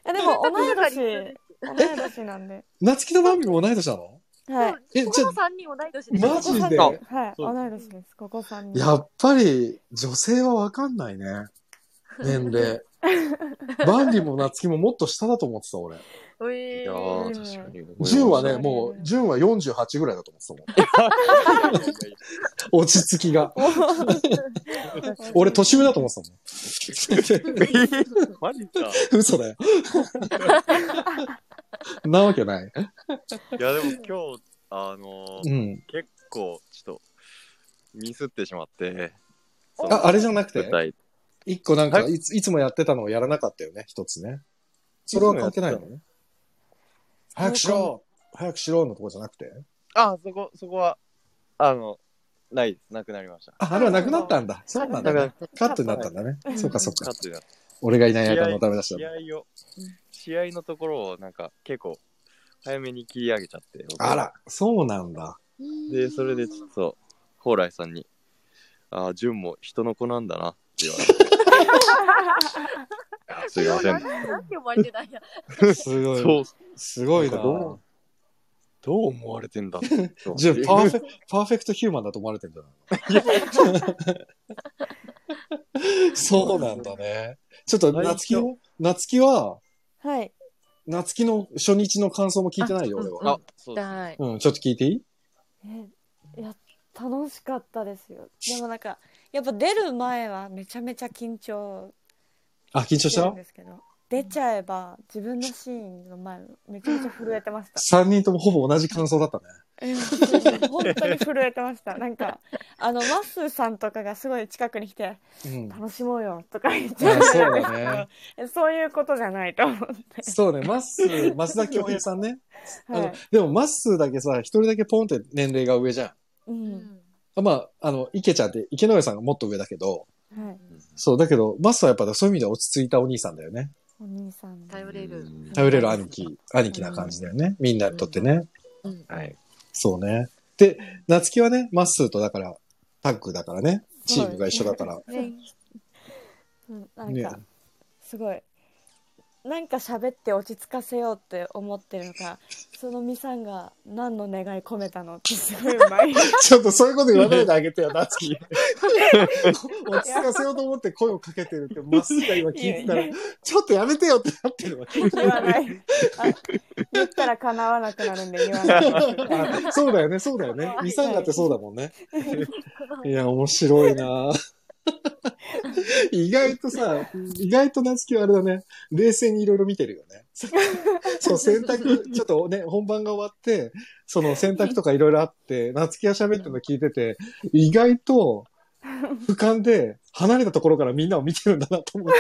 [SPEAKER 4] え、でも、同い年、 同い年なんで。
[SPEAKER 1] 夏希とバンビも同い年なの
[SPEAKER 4] はい。
[SPEAKER 1] え
[SPEAKER 3] こ
[SPEAKER 1] じゃあ
[SPEAKER 3] の3人同い年
[SPEAKER 1] マ
[SPEAKER 3] です。
[SPEAKER 1] ジで
[SPEAKER 2] あ
[SPEAKER 4] はい、
[SPEAKER 2] そう
[SPEAKER 4] 同い年です。ここさんに。
[SPEAKER 1] やっぱり、女性はわかんないね。年齢。バンビも夏希ももっと下だと思ってた、 俺。
[SPEAKER 3] う
[SPEAKER 2] い
[SPEAKER 3] え
[SPEAKER 2] や
[SPEAKER 3] ー
[SPEAKER 2] ー、確かに。
[SPEAKER 1] 純は
[SPEAKER 4] う
[SPEAKER 1] ね、
[SPEAKER 4] ん
[SPEAKER 1] もう、純は48ぐらいだと思ってたもん。 落ち着きが。俺、年上だと思ってたもん。
[SPEAKER 2] マジか。
[SPEAKER 1] 嘘だよ。なわけない。
[SPEAKER 2] いや、でも今日、あの
[SPEAKER 1] う
[SPEAKER 2] ー
[SPEAKER 1] ん。
[SPEAKER 2] 結構、ちょっと、ミスってしまって、その
[SPEAKER 1] あ、あれじゃなくて
[SPEAKER 2] 舞、台、
[SPEAKER 1] 一個なんか、
[SPEAKER 2] はい
[SPEAKER 1] いつ、いつもやってたのをやらなかったよね、一つね。それは関係ないのね。早くしろ早くしろのとこじゃなくて。
[SPEAKER 2] あ、そこ、そこは、あの、ないです。なくなりました。
[SPEAKER 1] あ、あれはなくなったんだ。そうなんだね、
[SPEAKER 2] だか
[SPEAKER 1] カットになったんだね。そうかそう
[SPEAKER 2] カ
[SPEAKER 1] か。
[SPEAKER 2] ットになって
[SPEAKER 1] 俺がいない間のためだしたん
[SPEAKER 2] 試
[SPEAKER 1] だ。
[SPEAKER 2] 合を、試合のところを、なんか、結構、早めに切り上げちゃって。僕
[SPEAKER 1] あら、そうなんだ。
[SPEAKER 2] で、それでちょっと、蓬莱さんに、ああ、純も人の子なんだなって言わ れて。あーすいませ
[SPEAKER 3] なん
[SPEAKER 2] ん。
[SPEAKER 3] なんて呼ばれてないや。
[SPEAKER 1] すご
[SPEAKER 2] そ
[SPEAKER 1] い。
[SPEAKER 2] う、
[SPEAKER 1] すごいな。
[SPEAKER 2] どどう思われてんだ
[SPEAKER 1] じゃあ
[SPEAKER 2] そう
[SPEAKER 1] パーフェ、パーフェクトヒューマンだと思われてんじゃ ないのそうなんだね。ちょっと、夏希を、夏希は、
[SPEAKER 4] はい。
[SPEAKER 1] 夏希の初日の感想も聞いてないよ、
[SPEAKER 3] あ
[SPEAKER 1] 俺は。
[SPEAKER 2] あ、そうです。
[SPEAKER 3] はい。
[SPEAKER 1] うん、ちょっと聞いていい
[SPEAKER 4] えいや楽しかったですよでもなんかやっぱ出る前はめちゃめちゃ緊張
[SPEAKER 1] あ、緊張し
[SPEAKER 4] してる
[SPEAKER 1] た
[SPEAKER 4] んですけど出ちゃえば自分のシーンの前めちゃめちゃ震えてま した
[SPEAKER 1] 3人ともほぼ同じ感想だったね。
[SPEAKER 4] 本当に震えてましたなんかあのマッスーさんとかがすごい近くに来て
[SPEAKER 1] うん。
[SPEAKER 4] 「楽しもうよ」とか言っちゃ
[SPEAKER 1] あ
[SPEAKER 4] う
[SPEAKER 1] そう
[SPEAKER 4] です
[SPEAKER 1] だね。
[SPEAKER 4] けど そういうことじゃないと思って、
[SPEAKER 1] そうね。マッスー、増田恭平さんね。あ
[SPEAKER 4] は
[SPEAKER 1] の
[SPEAKER 4] い、
[SPEAKER 1] でもマッスーだけさ、一人だけポンって年齢が上じゃん。
[SPEAKER 4] う
[SPEAKER 3] うんん
[SPEAKER 1] あまあ、あの、池ちゃんって、池上さんがもっと上だけど、
[SPEAKER 4] はい、
[SPEAKER 1] そう、だけど、マッスーはやっぱそういう意味では落ち着いたお兄さんだよね。
[SPEAKER 4] お兄さん
[SPEAKER 3] 頼れる
[SPEAKER 2] うん
[SPEAKER 1] 頼れる兄貴、兄貴な感じだよね。みんなにとってね。
[SPEAKER 3] うん
[SPEAKER 2] はい。
[SPEAKER 1] そうね。で、夏希はね、マッスーとだから、タッグだからね。チームが一緒だから。
[SPEAKER 4] ね、うんなん
[SPEAKER 1] ね
[SPEAKER 4] かすごいなんか喋って落ち着かせようって思ってるのかそのミさんが何の願い込めたのってすごいうまい
[SPEAKER 1] ちょっとそういうこと言わないであげてよ、夏 希。落ち着かせようと思って声をかけてるって、マッスーが今 聞いてたら、ちょっとやめてよってなってるわけ。
[SPEAKER 4] 言わないあ言ったら叶わなくなるんで言 わない
[SPEAKER 1] あそうだよね、そうだよね。ミサンガってそうだもんね。いや、面白い な意外とさ、意外と夏希はあれだね、冷静にいろいろ見てるよ ね。そう、選択、ちょっとね、本番が終わって、その選択とかいろいろあって、夏希が喋ってるの聞いてて、意外と、俯瞰で離れたところからみんなを見てるんだなと思って、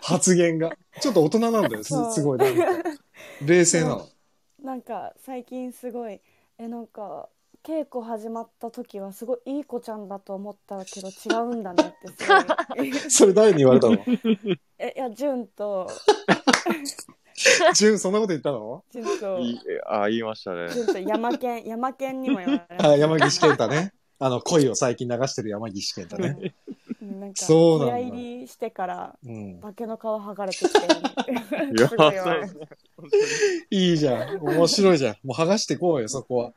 [SPEAKER 1] 発言が。ちょっと大人なんだよ、す
[SPEAKER 4] そう
[SPEAKER 1] すごい。なんか冷静なの。
[SPEAKER 4] なんか最近すごいえなんか稽古始まった時はすごいいい子ちゃんだと思ったけど違うんだねってす ごい
[SPEAKER 1] それ誰に言われ たの
[SPEAKER 4] えいやジュンと
[SPEAKER 1] ジュン、そんなこと言ったの
[SPEAKER 4] ジュンと
[SPEAKER 2] いあ、言いました ね。
[SPEAKER 4] ジュンと山県山県にも言われ
[SPEAKER 1] あ山岸健太ね。あの、恋を最近流してる山岸健太ね。
[SPEAKER 4] うんなんか
[SPEAKER 1] そうなんだ
[SPEAKER 4] 親入りしてから
[SPEAKER 1] うん。
[SPEAKER 4] 化けの皮剥がれてきてる
[SPEAKER 2] いや、
[SPEAKER 4] す
[SPEAKER 2] そ
[SPEAKER 4] ご
[SPEAKER 2] う
[SPEAKER 4] いわ
[SPEAKER 2] ですね。
[SPEAKER 1] いいじゃん。面白いじゃん。もう剥がしてこうよ、そこは。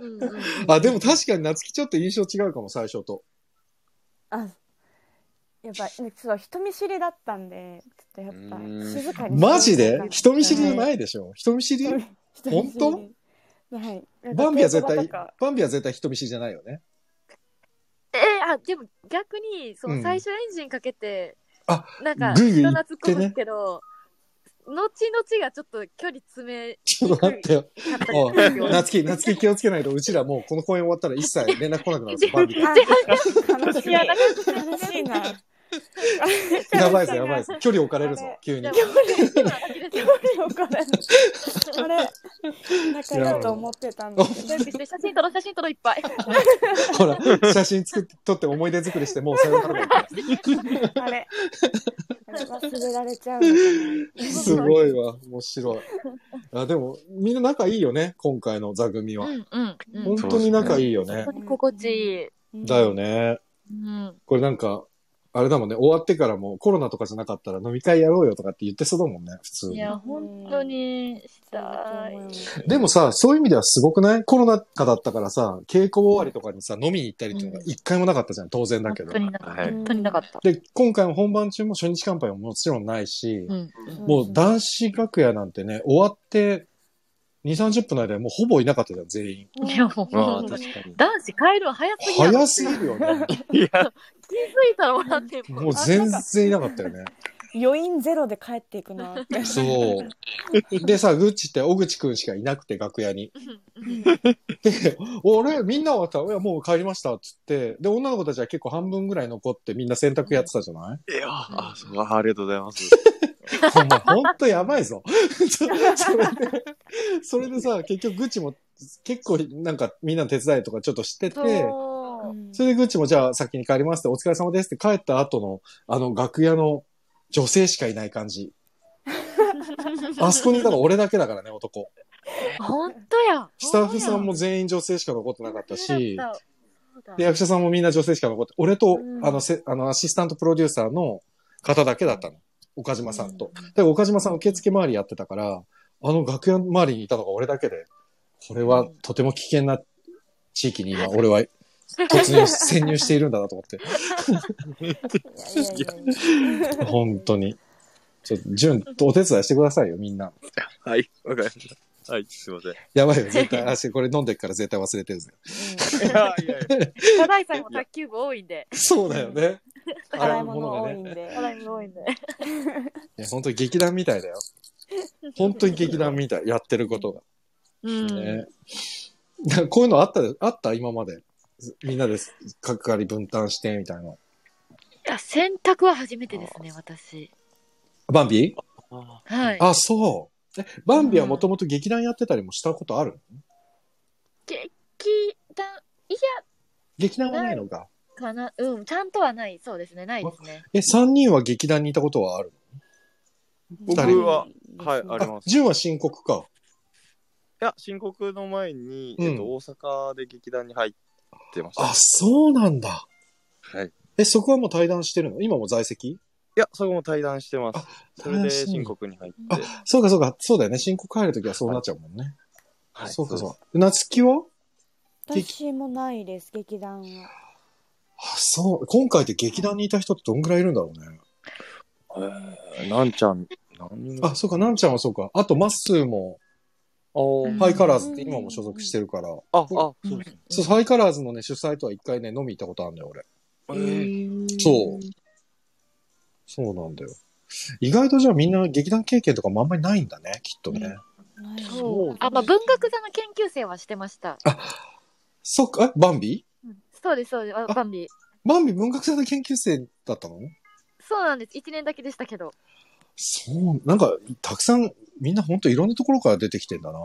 [SPEAKER 3] うんうん
[SPEAKER 1] あ、でも確かに夏希ちょっと印象違うかも、最初と。
[SPEAKER 4] あやっぱちょっと人見知りだったんでちょっとやっぱ静かに
[SPEAKER 1] マジで人見知りじゃ
[SPEAKER 4] い
[SPEAKER 1] ないでしょ人見知り本当
[SPEAKER 4] はい
[SPEAKER 1] バンビは絶
[SPEAKER 4] なん
[SPEAKER 1] 対
[SPEAKER 4] か、
[SPEAKER 1] バンビは絶対人見知りじゃないよね。
[SPEAKER 3] えーあでも逆にそ
[SPEAKER 1] うん
[SPEAKER 3] の最初エンジンかけて、
[SPEAKER 1] あ
[SPEAKER 3] なんか
[SPEAKER 1] ぐいぐい
[SPEAKER 3] 人
[SPEAKER 1] 行
[SPEAKER 3] 懐
[SPEAKER 1] って
[SPEAKER 3] っ
[SPEAKER 1] ね
[SPEAKER 3] こむけど、後々がちょっと距離詰め
[SPEAKER 1] ちょっと待ってよ。
[SPEAKER 3] かった
[SPEAKER 1] おい
[SPEAKER 3] りするよ
[SPEAKER 1] 夏希、夏希気をつけないと、うちらもうこの公演終わったら一切連絡来なくなるん ですよ、バンビから。
[SPEAKER 4] バンビ悲しい
[SPEAKER 3] いやなん
[SPEAKER 4] 悲しいな
[SPEAKER 1] やばいぞ、やばいぞ。距離置かれるぞ、急に
[SPEAKER 3] で。も今呆れて
[SPEAKER 4] 距
[SPEAKER 3] る
[SPEAKER 4] 離をこれあれ仲良いと思ってたんで
[SPEAKER 3] 努力して写真撮ろう写真撮ろういっぱい
[SPEAKER 1] ほら、写真作って、撮って思い出作りして、 もうさよならだよ
[SPEAKER 4] あれあれ忘れられちゃうのかな
[SPEAKER 1] すごいわ、面白い。あでも、みんな仲いいよね、今回の座組は。
[SPEAKER 3] うんうん、うん、
[SPEAKER 1] 本当に仲いいよね
[SPEAKER 3] 本。当に心地いい、
[SPEAKER 1] だよね。
[SPEAKER 3] うん、
[SPEAKER 1] これなんか、あれだもんね、終わってからもコロナとかじゃなかったら飲み会やろうよとかって言ってそうだもんね、普通
[SPEAKER 3] い
[SPEAKER 1] に。
[SPEAKER 3] や本当にしたい、
[SPEAKER 1] でもさ、そういう意味ではすごくないコロナ禍だったからさ、稽古終わりとかにさ、飲みに行ったりっていうのが一回もなかったじゃん、当然だ
[SPEAKER 3] 本
[SPEAKER 1] けど
[SPEAKER 3] 当。にな
[SPEAKER 2] はい
[SPEAKER 3] 本当になか
[SPEAKER 4] っ
[SPEAKER 3] った、
[SPEAKER 1] で、今回も本番中も初日乾杯ももちろんないし、
[SPEAKER 3] うん
[SPEAKER 4] た
[SPEAKER 1] もう男子楽屋なんてね、終わって2、30分の間にもうほぼいなかったじゃん、全員。
[SPEAKER 3] いやもう
[SPEAKER 2] まあ、確かに。
[SPEAKER 3] 男子帰るの早すぎやろ
[SPEAKER 1] 早すぎるよ ね。
[SPEAKER 2] いや、
[SPEAKER 3] 気づいたら笑ってる
[SPEAKER 1] もう全然いなかったよね。
[SPEAKER 4] 余韻ゼロで帰っていくなって
[SPEAKER 1] そう。でさ、グッチって小口くんしかいなくて、楽屋に。
[SPEAKER 3] うん
[SPEAKER 1] で、俺、みんなはさ、いや、もう帰りました、っつって。で、女の子たちは結構半分ぐらい残ってみんな洗濯やってたじゃない
[SPEAKER 2] いや、あ、そう、ありがとうございます。
[SPEAKER 1] お前、ほんとやばいぞ。そそれで、それでさ、結局グッチも結構なんかみんなの手伝いとかちょっとしてて、
[SPEAKER 3] そう
[SPEAKER 1] それでグッチもじゃあ先に帰りますって、お疲れ様ですって帰った後の、あの楽屋の女性しかいない感じ。あそこにいたの俺だけだからね、男。
[SPEAKER 3] 本当や。
[SPEAKER 1] スタッフさんも全員女性しか残ってなかったし、
[SPEAKER 3] そうだ
[SPEAKER 1] で役者さんもみんな女性しか残って、俺と、
[SPEAKER 4] うん
[SPEAKER 1] あのせ、あの、アシスタントプロデューサーの方だけだったの。岡島さんと。で、岡島さん受付周りやってたから、あの楽屋周りにいたのが俺だけで、これはとても危険な地域に今、俺は突入、潜入しているんだなと思って。本当に。ちょ、純、お手伝いしてくださいよ、みんな。
[SPEAKER 2] はい、わかりました。はい、すいません。い
[SPEAKER 1] やばいよ、絶 対。あ、しこれ飲んでっから絶対忘れてるぜ。
[SPEAKER 2] や、いやいや。
[SPEAKER 3] 課題さんも卓球部多いんで。
[SPEAKER 1] そうだよね。
[SPEAKER 4] 洗い物多いんで。
[SPEAKER 3] 笑いも多いね。
[SPEAKER 1] いや、本当に劇団みたいだよ。本当に劇団みたい。やってることが。
[SPEAKER 3] うん。
[SPEAKER 1] ね、こういうのあったで、あった今まで。みんなで係分担して、みたいな。
[SPEAKER 3] いや、洗濯は初めてですね、私。
[SPEAKER 1] バンビ
[SPEAKER 3] はい。
[SPEAKER 1] あ、そう。え、バンビはもともと劇団やってたりもしたことある、
[SPEAKER 3] 劇団、い
[SPEAKER 1] 劇団はないのか。
[SPEAKER 3] や、かな、うん、ちゃんとはない、そうですね、ないですね。
[SPEAKER 1] え、三人は劇団にいたことはある僕
[SPEAKER 2] ははいあります
[SPEAKER 1] 純は申告か。
[SPEAKER 2] いや、申告の前に、
[SPEAKER 1] うん
[SPEAKER 2] えっと、大阪で劇団に入ってました。
[SPEAKER 1] あ、そうなんだ。
[SPEAKER 2] はい。い
[SPEAKER 1] え、そこはもう対談してるの今も在籍
[SPEAKER 2] や、そこも対談してます。それで申告に入って。
[SPEAKER 1] そうかそうか、そうだよね。申告入るときはそうなっちゃうもんね。
[SPEAKER 2] はい
[SPEAKER 1] そうかそう
[SPEAKER 2] で
[SPEAKER 1] か。夏希は
[SPEAKER 4] 私もないです、劇団は。
[SPEAKER 1] あ、そう。今回って劇団にいた人ってどんぐらいいるんだろうね。
[SPEAKER 2] すえーなんちゃん、なん
[SPEAKER 1] あ、そうか、なんちゃんはそうか。あと、まっすーも、
[SPEAKER 2] お
[SPEAKER 3] うん
[SPEAKER 2] ー
[SPEAKER 1] ハイカラーズって今も所属してるから。
[SPEAKER 2] あ、あ、そうですね。
[SPEAKER 1] そう、ハイカラーズのね、主催とは一回ね、飲み行ったことあるんだよ、俺。
[SPEAKER 2] えー
[SPEAKER 1] そう。そうなんだよ。意外とじゃあみんな劇団経験とかもあんまりないんだね、きっとね。
[SPEAKER 4] ない
[SPEAKER 3] そう。あ、まあ、文学座の研究生はしてました。
[SPEAKER 1] そっか、えバンビ
[SPEAKER 3] うんそうです、そうですあ、バンビ。
[SPEAKER 1] バンビ文学祭の研究生だったの
[SPEAKER 3] そうなんです。一年だけでしたけど。
[SPEAKER 1] そう、なんか、たくさん、みんなほんといろんなところから出てきてんだな。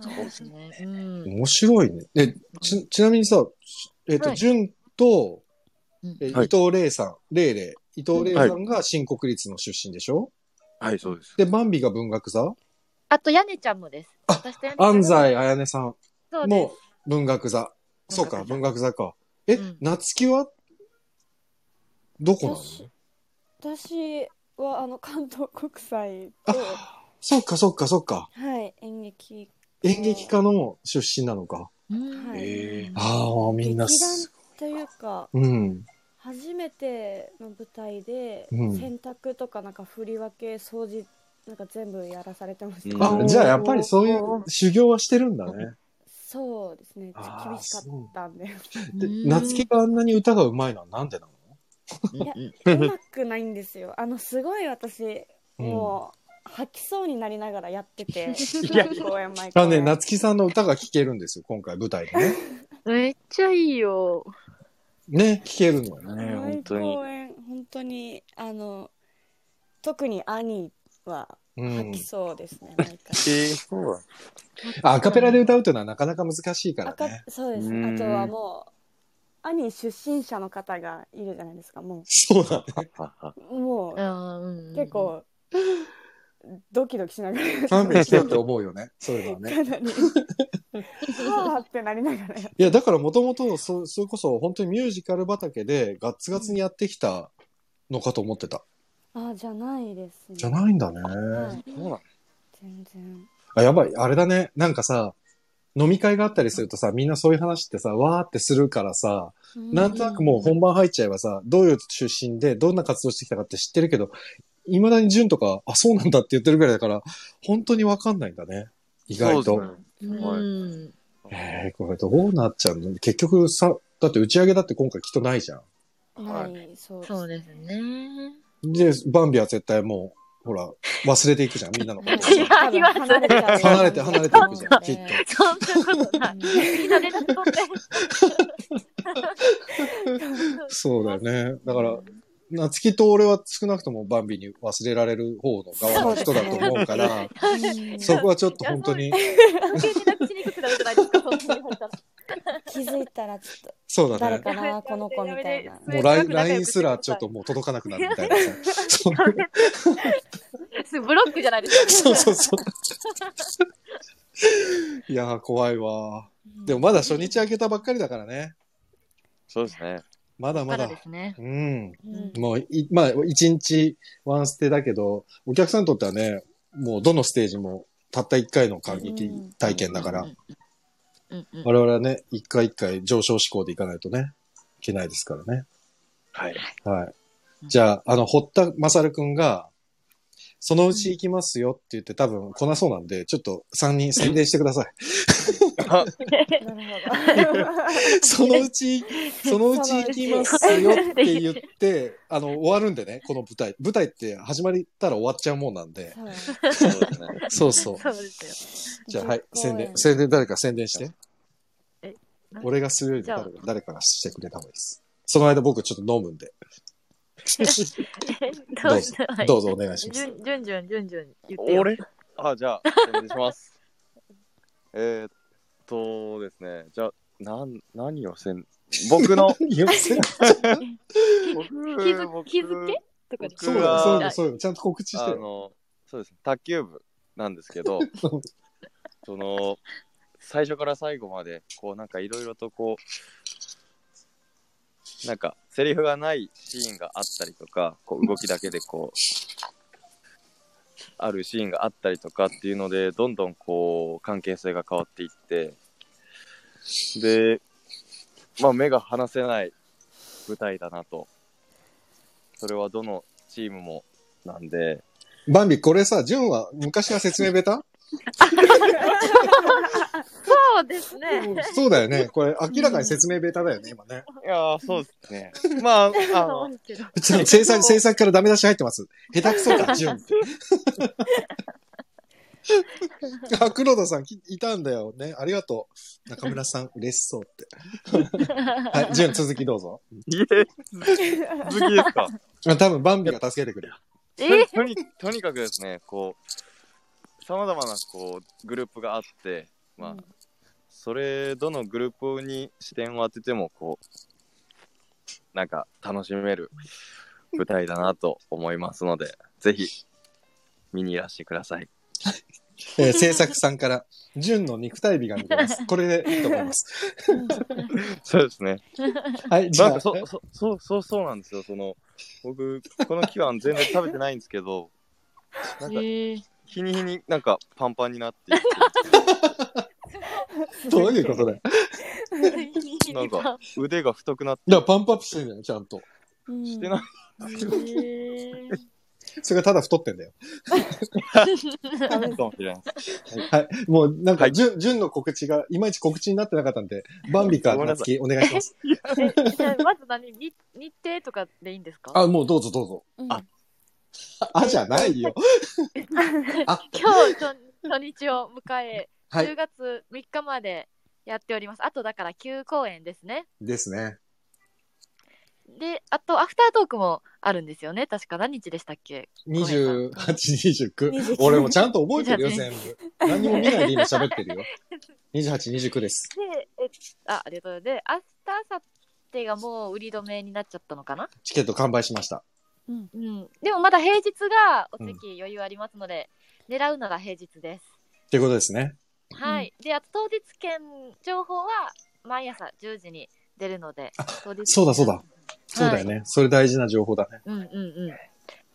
[SPEAKER 3] そうですね。うん。
[SPEAKER 1] 面白いね。え、ち、ちなみにさ、えっ、と、
[SPEAKER 3] はい
[SPEAKER 1] ジュンと、
[SPEAKER 3] うん
[SPEAKER 1] え伊
[SPEAKER 2] はい
[SPEAKER 1] 藤玲さん、玲玲、伊藤玲さんが新国立の出身でしょ、
[SPEAKER 2] はい、そうです。
[SPEAKER 1] で、バンビが文学座
[SPEAKER 3] あと、屋根ちゃんもです。
[SPEAKER 1] あ
[SPEAKER 3] 私と屋根ちゃん
[SPEAKER 1] 安
[SPEAKER 3] も
[SPEAKER 1] 西彩音さん
[SPEAKER 3] そうで
[SPEAKER 1] も文学座。そうか、文
[SPEAKER 3] 文
[SPEAKER 1] 学座か。え、
[SPEAKER 3] うん
[SPEAKER 1] 夏希はどこなの
[SPEAKER 4] 私私はあの関東国際と、
[SPEAKER 1] そっかそっかそっか。
[SPEAKER 4] はい、演劇
[SPEAKER 1] 演劇科の出身なのか。
[SPEAKER 3] す。
[SPEAKER 4] はい
[SPEAKER 2] え
[SPEAKER 3] うん
[SPEAKER 1] ああ、みんな
[SPEAKER 4] 劇団
[SPEAKER 1] す。
[SPEAKER 4] というか
[SPEAKER 1] うん。
[SPEAKER 4] 初めての舞台で、
[SPEAKER 1] うん
[SPEAKER 4] 洗濯とかなんか振り分け掃除なんか全部やらされてました、
[SPEAKER 1] あ
[SPEAKER 2] う、ん
[SPEAKER 1] じゃあやっぱりそういう修行はしてるんだね。
[SPEAKER 4] そうですね
[SPEAKER 1] あー
[SPEAKER 4] 厳しかったんで
[SPEAKER 1] で
[SPEAKER 3] うん
[SPEAKER 1] 夏希があんなに歌が上手いのはなんでなの
[SPEAKER 4] うまくないんですよあのすごい私、
[SPEAKER 1] うん
[SPEAKER 4] もう吐きそうになりながらやってて
[SPEAKER 2] や
[SPEAKER 4] 公演毎
[SPEAKER 1] あ
[SPEAKER 4] 公
[SPEAKER 1] のね、
[SPEAKER 4] 演
[SPEAKER 1] 夏希さんの歌が聴けるんですよ、今回舞台でね。
[SPEAKER 3] めっちゃいいよ。
[SPEAKER 1] ね、聴けるのよね。
[SPEAKER 2] ね
[SPEAKER 4] 毎
[SPEAKER 2] 本当に
[SPEAKER 4] 公。演本当にあの特に兄は
[SPEAKER 1] うん
[SPEAKER 4] 吐き。そうですね、毎
[SPEAKER 2] え
[SPEAKER 4] 回
[SPEAKER 2] ー、そうだ。
[SPEAKER 1] アカペラで歌うというのはなかなか難しいか
[SPEAKER 4] あ
[SPEAKER 1] らね。
[SPEAKER 4] そうです
[SPEAKER 2] うん
[SPEAKER 4] あとはもう兄出身者の方がいるじゃないですかも
[SPEAKER 1] そうだね。
[SPEAKER 4] うも
[SPEAKER 3] あ
[SPEAKER 4] う
[SPEAKER 3] ーうん
[SPEAKER 4] 結。構ドキドキしながら
[SPEAKER 1] 勘弁してって思うよ ね。そういうのはね。
[SPEAKER 4] か なりはあってなりながら
[SPEAKER 1] いや、だからもともと、そ、それこそ本当にミュージカル畑でガッツガツにやってきたのかと思ってた。
[SPEAKER 4] あじゃないですね
[SPEAKER 1] じゃないんだね。
[SPEAKER 4] はい
[SPEAKER 2] そうなん
[SPEAKER 4] 全然
[SPEAKER 1] あ、やばい。あれだね。なんかさ、飲み会があったりするとさ、みんなそういう話ってさ、わーってするからさ、なんとなくもう本番入っちゃえばさ、どういう出身で、どんな活動してきたかって知ってるけど、未だに純とか、あ、そうなんだって言ってるぐらいだから、本当にわかんないんだね。意外と。
[SPEAKER 2] そう
[SPEAKER 3] うん。
[SPEAKER 1] えー、これどうなっちゃうの結局さ、だって打ち上げだって今回きっとないじゃん。
[SPEAKER 4] な
[SPEAKER 2] はい
[SPEAKER 4] いそうです
[SPEAKER 3] そうですね。
[SPEAKER 1] で、バンビは絶対もう、ほら、忘れていくじゃん、みんなの こと。
[SPEAKER 3] いや言わず
[SPEAKER 4] 離れちゃう
[SPEAKER 1] 離れて離れていくじゃん、きっ
[SPEAKER 3] そんなことない。みんな連絡取って。
[SPEAKER 1] と。そうだよね。だから、夏希と俺は少なくともバンビに忘れられる方の側の人だと思うから、
[SPEAKER 4] うん
[SPEAKER 1] そこはちょっと本当に、
[SPEAKER 3] 余計に楽しに行くってなるじゃないですか、そんなに入ったら
[SPEAKER 4] 気づいたらちょっ
[SPEAKER 1] そう
[SPEAKER 4] と
[SPEAKER 1] だね
[SPEAKER 4] 誰。かなこの子みたいな
[SPEAKER 1] もうライン LINE すらちょっともう届かなくなるみたいなさ。そう
[SPEAKER 3] すブロックじゃないで す
[SPEAKER 1] そ
[SPEAKER 3] か。
[SPEAKER 1] うそうそう。いやー、怖いわー。でもまだ初日開けたばっかりだからね。
[SPEAKER 2] そうですね。
[SPEAKER 1] まだま
[SPEAKER 3] ま
[SPEAKER 1] だ
[SPEAKER 3] だで。すね。
[SPEAKER 1] うん。
[SPEAKER 4] うん
[SPEAKER 1] もうい、まあ、一日ワンステだけど、お客さんにとってはね、もうどのステージもたった一回の感激体験だから、
[SPEAKER 3] うんうんうん。
[SPEAKER 1] 我々はね、一回一回上昇志向でいかないとね、いけないですからね。
[SPEAKER 2] はい。
[SPEAKER 1] はい。
[SPEAKER 3] うん
[SPEAKER 1] じゃあ、あの、堀田正くんが、そのうち行きますよって言って多分来なそうなんで、ちょっと3人宣伝してくださ い。
[SPEAKER 4] なるほど。
[SPEAKER 1] そのうち、そのうち行きますよって言って、あの、終わるんでね、この舞台。舞台って始まったら終わっちゃうもんなんで。
[SPEAKER 4] そう
[SPEAKER 2] そうですね。
[SPEAKER 1] そうそう。
[SPEAKER 3] そうですよ。
[SPEAKER 1] じゃあ、はい、宣伝、
[SPEAKER 4] 10
[SPEAKER 1] 宣伝誰か宣伝して
[SPEAKER 3] え。
[SPEAKER 1] 俺がするより
[SPEAKER 3] じゃ
[SPEAKER 1] 誰
[SPEAKER 3] あ
[SPEAKER 1] か誰かがしてくれた方がいいです。その間僕ちょっと飲むんで、
[SPEAKER 3] どうぞ。は い
[SPEAKER 1] どうぞお願いしま
[SPEAKER 3] じ
[SPEAKER 1] す。
[SPEAKER 3] ゅんじゅんじゅんじゅんじゅん言ってよ。
[SPEAKER 2] 俺あ、じゃあ、お願いします。えーっとですね、じゃあ、なん、何をせん、僕の、
[SPEAKER 1] いやせ
[SPEAKER 2] 僕
[SPEAKER 3] 気づ
[SPEAKER 2] 僕
[SPEAKER 3] 気づけとかで
[SPEAKER 1] そう
[SPEAKER 2] 僕
[SPEAKER 1] だ
[SPEAKER 2] は
[SPEAKER 1] よ、そうだよ、そうだよ。ちゃんと告知して
[SPEAKER 2] あ
[SPEAKER 1] よ。
[SPEAKER 2] の、そうですね、卓球部なんですけ ど、その、最初から最後まで、こう、なんかいろいろとこう、なんか、セリフがないシーンがあったりとか、こう動きだけでこう、あるシーンがあったりとかっていうので、どんどんこう、関係性が変わっていって、で、まあ、目が離せない舞台だなと。それはどのチームもなんで、
[SPEAKER 1] バンビ、これさ、ジュンは昔は説明ベ タ
[SPEAKER 3] そうですね。
[SPEAKER 1] うんそうだよね。これ明らかに説明ベタだよね、今ね。
[SPEAKER 2] いやー、そうですね。 まあ、あ
[SPEAKER 3] そ
[SPEAKER 2] の
[SPEAKER 3] う、ですけど
[SPEAKER 1] ちょっと制作、制作からダメ出し入ってます。下手くそだ、ジュンって。あ、黒田さんきいたんだよね。ありがとう。中村さん、嬉しそうって。 はい、ジュン、続きどうぞ。
[SPEAKER 2] いえ、続きですか。
[SPEAKER 1] あ多分、バンビが助けてくれる。
[SPEAKER 3] え
[SPEAKER 2] ととにとにかくですね、こう、さまざまなこうグループがあって、まあ、
[SPEAKER 4] うん
[SPEAKER 2] それ、どのグループに視点を当てても、こう、なんか楽しめる舞台だなと思いますので、ぜひ、見にいらしてください。
[SPEAKER 1] えー制作さんから、ジュンの肉体美が見れます。これでいいと思います。
[SPEAKER 2] そうですね。
[SPEAKER 1] はい、じ
[SPEAKER 2] なん
[SPEAKER 1] ゃあ
[SPEAKER 2] か、そ、そ、そう、そう、そうなんですよ。その、僕、この期間全然食べてないんですけど、なんか、
[SPEAKER 3] えー
[SPEAKER 2] 日に日になんかパンパンになっていて
[SPEAKER 1] どういうことだよ。
[SPEAKER 2] なんか腕が太くなっ
[SPEAKER 1] だからパンプアップしてるんだよ、ちゃんと。
[SPEAKER 4] うん
[SPEAKER 2] してない、
[SPEAKER 3] えー
[SPEAKER 1] それがただ太ってんだよ。
[SPEAKER 2] かもしれないです
[SPEAKER 1] はい。もう、なん
[SPEAKER 2] は
[SPEAKER 1] か、
[SPEAKER 2] い
[SPEAKER 1] ジュン、ジュンの告知が、いまいち告知になってなかったんで、バンビか、
[SPEAKER 2] ごめん
[SPEAKER 1] な
[SPEAKER 2] な
[SPEAKER 1] つ
[SPEAKER 2] さ
[SPEAKER 1] き、お願いします。
[SPEAKER 3] えじゃあまず何日日程とかでいいんですか
[SPEAKER 1] あ、もうどうぞどうぞ。
[SPEAKER 4] うん
[SPEAKER 2] あ
[SPEAKER 1] あ、じゃないよ。
[SPEAKER 3] 今日初初日を迎え、
[SPEAKER 1] はい
[SPEAKER 3] 10。月3日までやっておりますあとだから9公演ですね
[SPEAKER 1] ですね。
[SPEAKER 3] であとアフタートークもあるんですよね確か何日でしたっけ
[SPEAKER 1] 28、29
[SPEAKER 4] 29。
[SPEAKER 1] 俺もちゃんと覚えてるよ、
[SPEAKER 3] じゃ
[SPEAKER 1] 全部。何にも見ないで今喋ってるよ。28、29です。
[SPEAKER 3] でえあありがとうございますで明日明後日がもう売り止めになっちゃったのかな
[SPEAKER 1] チケット完売しました。
[SPEAKER 4] うん
[SPEAKER 3] うんでもまだ平日がお席余裕ありますので、狙うなら平日です
[SPEAKER 1] っていうことですね。
[SPEAKER 3] はい。で、あと当日券情報は毎朝10時に出るので、当日券
[SPEAKER 1] そうだそうだ。そうだよね。それ大事な情報だね。
[SPEAKER 3] うんうんうん。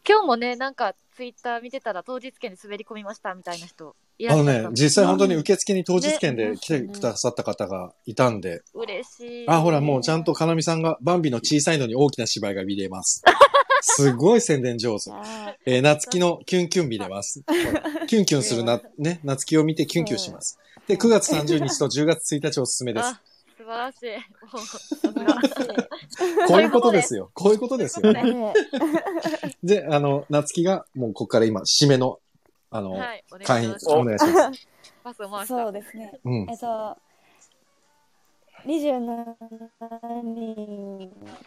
[SPEAKER 3] 今日もね、なんかツイッター見てたら当日券で滑り込みましたみたいな人いら
[SPEAKER 1] あ
[SPEAKER 3] っしゃ
[SPEAKER 1] の
[SPEAKER 3] っ
[SPEAKER 1] ね、
[SPEAKER 3] た
[SPEAKER 1] 実際本当に受付に当日券で来て
[SPEAKER 4] ね
[SPEAKER 1] くださった方がいたんで、
[SPEAKER 3] 嬉しい。
[SPEAKER 1] あ、ほら、もうちゃんとかなみさんが、バンビの小さいのに大きな芝居が見れます。すごい宣伝上手。
[SPEAKER 4] あ
[SPEAKER 1] えー、夏希のキュンキュン見れます。キュンキュンするな、ね、夏希を見てキュンキュンします。で、9月30日と10月1日おすすめです。
[SPEAKER 3] あ、素晴らしい。もう
[SPEAKER 4] ー素晴らし
[SPEAKER 1] こういうことですよ。こういうことですよ。
[SPEAKER 4] い ね
[SPEAKER 1] で、あの、夏希が、もうここから今、締めの、あの、
[SPEAKER 3] はい、お願い
[SPEAKER 1] 会
[SPEAKER 3] し
[SPEAKER 1] 員
[SPEAKER 3] ま、す。
[SPEAKER 1] お願いします。
[SPEAKER 3] パスを回した。
[SPEAKER 4] そうですね。
[SPEAKER 1] うん。
[SPEAKER 4] えっと、27人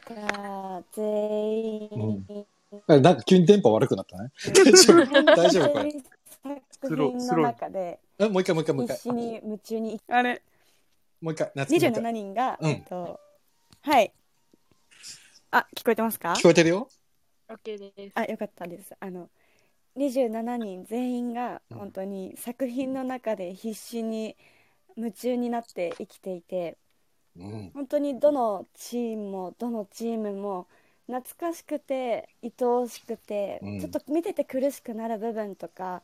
[SPEAKER 4] が全員、
[SPEAKER 1] なんか急に電波悪くなったね。大丈 夫大丈夫これ。
[SPEAKER 4] 作品の中で
[SPEAKER 1] あもう一回、もう一回、もう一
[SPEAKER 4] 必
[SPEAKER 1] 回
[SPEAKER 4] 死。に夢中にあれ
[SPEAKER 1] もう一回、夏希。もう一回
[SPEAKER 4] 27人が、
[SPEAKER 1] うん
[SPEAKER 4] えっとはいあ聞こえてますか
[SPEAKER 1] 聞こえてるよ
[SPEAKER 3] オッケーです。
[SPEAKER 4] あよかったですあの27人全員が
[SPEAKER 1] うん
[SPEAKER 4] 本当に作品の中で必死に夢中になって生きていて
[SPEAKER 1] うん。
[SPEAKER 4] 本当にどのチームもどのチームも懐かしくて愛おしくて、
[SPEAKER 1] うん
[SPEAKER 4] ちょっと見てて苦しくなる部分とか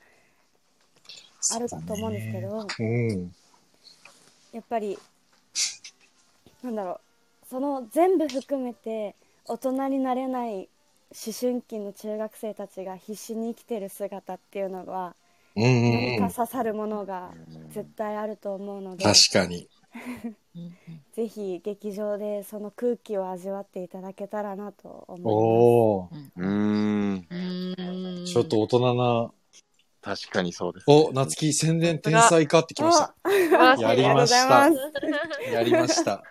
[SPEAKER 4] あると思うんですけど、
[SPEAKER 1] うん。
[SPEAKER 4] やっぱりなんだろうその全部含めて大人になれない思春期の中学生たちが必死に生きてる姿っていうのは
[SPEAKER 1] うんうんう
[SPEAKER 4] 何か
[SPEAKER 1] ん。
[SPEAKER 4] 刺さるものが絶対あると思うので
[SPEAKER 1] 確かに。
[SPEAKER 4] ぜひ劇場でその空気を味わっていただけたらなと思い
[SPEAKER 1] おお。
[SPEAKER 2] うーん。
[SPEAKER 1] ちょっと大人な。
[SPEAKER 2] 確かにそうです、
[SPEAKER 1] お、夏希宣伝天才かってきま
[SPEAKER 4] ま
[SPEAKER 1] し
[SPEAKER 4] す。
[SPEAKER 1] た。
[SPEAKER 3] 素
[SPEAKER 1] や
[SPEAKER 3] 晴らし
[SPEAKER 1] り
[SPEAKER 3] い
[SPEAKER 1] まし
[SPEAKER 4] あ
[SPEAKER 1] た
[SPEAKER 4] りが。
[SPEAKER 1] やりま した。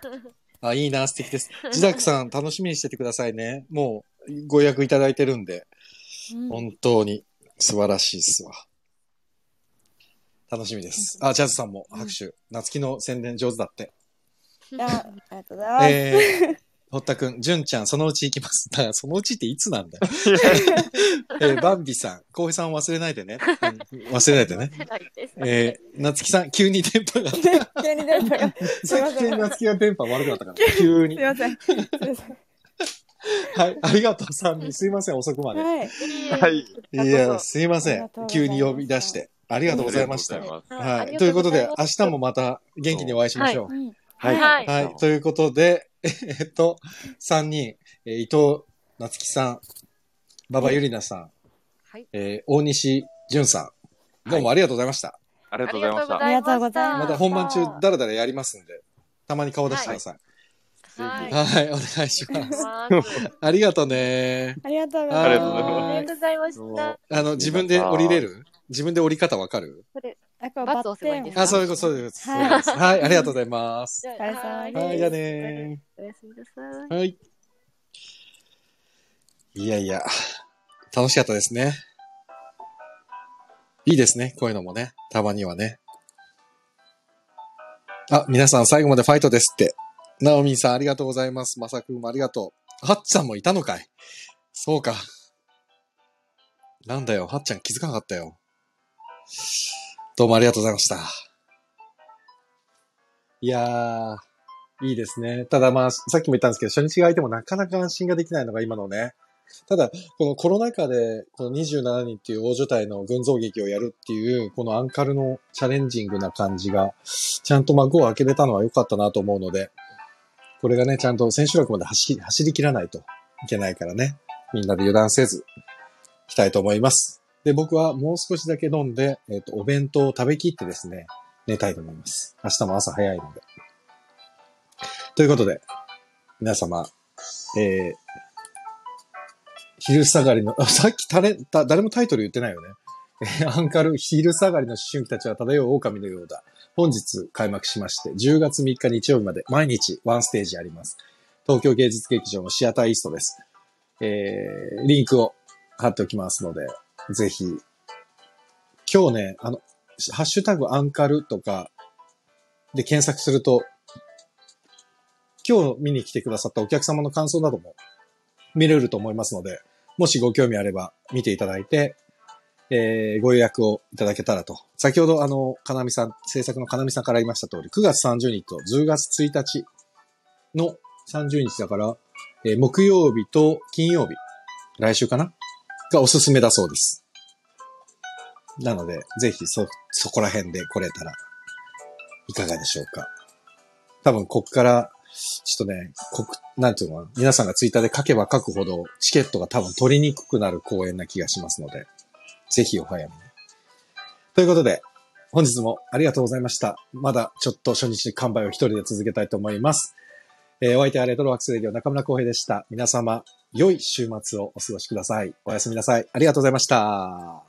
[SPEAKER 1] あ、いいな、素敵です。自宅さん、楽しみにしててくださいね。もう、ご予約いただいてるんで、
[SPEAKER 4] うん
[SPEAKER 1] 本当に素晴らしいっすわ。楽しみです。あ、ジャズさんも拍手。夏希の宣伝上手だって。
[SPEAKER 4] いやありがとうございます。
[SPEAKER 1] えー、堀田くん、純ちゃん、そのうち行きます。だから、そのうちっていつなん だよ。えー、バンビさん、浩平さん忘れないでね。うん忘れないでね。
[SPEAKER 3] 世代です
[SPEAKER 1] えー、夏希さん、急に電波が、
[SPEAKER 4] 急に電波が。すいま
[SPEAKER 1] さっき
[SPEAKER 4] せん。すい
[SPEAKER 1] 夏希が電波悪くなったから、急に。
[SPEAKER 4] ません。すいません
[SPEAKER 1] はい、ありがとう、さんに。すいません、遅くまで。
[SPEAKER 4] はい。
[SPEAKER 2] はい。
[SPEAKER 1] いや、すいませ
[SPEAKER 4] ありが
[SPEAKER 1] ん
[SPEAKER 4] とう。ござい
[SPEAKER 1] 急
[SPEAKER 4] ます
[SPEAKER 1] に呼び出して。ありがとうございました。
[SPEAKER 2] ありがとうございます
[SPEAKER 3] あ
[SPEAKER 1] はい。
[SPEAKER 3] り
[SPEAKER 1] と
[SPEAKER 3] が
[SPEAKER 1] いうこ
[SPEAKER 3] ご
[SPEAKER 1] と
[SPEAKER 3] ざ
[SPEAKER 1] で
[SPEAKER 3] ま、
[SPEAKER 1] 明日もまた元気にお会いしましょう
[SPEAKER 4] う。ん
[SPEAKER 2] はい。
[SPEAKER 3] はい
[SPEAKER 1] はい。ということで、 えっと、3人、えー伊藤夏樹さん、馬場ゆりなさん、
[SPEAKER 3] はい
[SPEAKER 1] えー大西淳さん、どうもありがとうございました。
[SPEAKER 2] あり
[SPEAKER 3] あ
[SPEAKER 2] がとう
[SPEAKER 3] り
[SPEAKER 2] ござ
[SPEAKER 3] が
[SPEAKER 2] いま
[SPEAKER 3] とう
[SPEAKER 2] し
[SPEAKER 3] ご
[SPEAKER 2] た。
[SPEAKER 3] ざいました。
[SPEAKER 4] あり
[SPEAKER 1] ま
[SPEAKER 4] がとうございま
[SPEAKER 1] た本番中、だらだらやりますんで、たまに顔出してください。
[SPEAKER 3] はい。
[SPEAKER 1] はい、はいお願いします。
[SPEAKER 3] ありがとうご ざい
[SPEAKER 1] ありがとうね。
[SPEAKER 3] ます
[SPEAKER 4] ありがとうご
[SPEAKER 1] あ
[SPEAKER 4] ざ
[SPEAKER 1] り
[SPEAKER 4] い
[SPEAKER 1] がとうござい
[SPEAKER 3] あ
[SPEAKER 4] ま。
[SPEAKER 1] ます
[SPEAKER 3] りがとうございました。
[SPEAKER 1] あの、自分で降りれる自分で降り方わかる
[SPEAKER 4] あ、これ
[SPEAKER 3] バ
[SPEAKER 4] バ
[SPEAKER 3] ツ
[SPEAKER 4] ッ
[SPEAKER 3] 押せばいいんで
[SPEAKER 4] テ
[SPEAKER 3] すか
[SPEAKER 1] あ、そういうこと、そういうこと。
[SPEAKER 4] はい
[SPEAKER 1] そうですはい、ありがとうございます。
[SPEAKER 3] じゃあ
[SPEAKER 4] 疲れ様です
[SPEAKER 1] はい、じゃあねー。
[SPEAKER 3] おやすみなさい。
[SPEAKER 1] はい。いやいや、楽しかったですね。いいですね、こういうのもね、たまにはね。あ、皆さん最後までファイトですって。ナオミンさんありがとうございます。まさくんもありがとう。はっちゃんもいたのかいそうか。なんだよ、はっちゃん気づかなかったよ。どうもありがとうございました。いやー、いいですね。ただまあ、さっきも言ったんですけど、初日が空いてもなかなか安心ができないのが今のね。ただ、このコロナ禍で、この27人っていう大所帯の群像劇をやるっていう、このアンカルのチャレンジングな感じが、ちゃんと幕を開けれたのは良かったなと思うので、これがね、ちゃんと千秋楽まで走り、走り切らないといけないからね、みんなで油断せず、いきたいと思います。で、僕はもう少しだけ飲んで、えっ、と、お弁当を食べきってですね、寝たいと思います。明日も朝早いので。ということで、皆様、えー、昼下がりの、あさっき誰、だ誰もタイトル言ってないよね。えーアンカル、昼下がりの思春期たちは漂う狼のようだ。本日開幕しまして、10月3日日曜日まで毎日ワンステージあります。東京芸術劇場のシアターイーストです。えー、リンクを貼っておきますので、ぜひ、今日ね、あの、ハッシュタグアンカルとかで検索すると今日見に来てくださったお客様の感想なども見れると思いますので、もしご興味あれば見ていただいて、えーご予約をいただけたらと。先ほどあの、かなみさん、制作のかなみさんから言いました通り、9月30日と10月1日の30日だから、えー木曜日と金曜日、来週かながおすすめだそうです。なので、ぜひそ、そこら辺で来れたら、いかがでしょうか。多分、こっからちょっとね、こく、なんていうのかな、皆さんがツイッターで書けば書くほど、チケットが多分取りにくくなる公演な気がしますので、ぜひお早めに。ということで、本日もありがとうございました。まだちょっと初日完売を一人で続けたいと思います。えーお相手はレトロワークスレディオ中村浩平でした。皆様、良い週末をお過ごしください。おやすみなさい。ありがとうございました。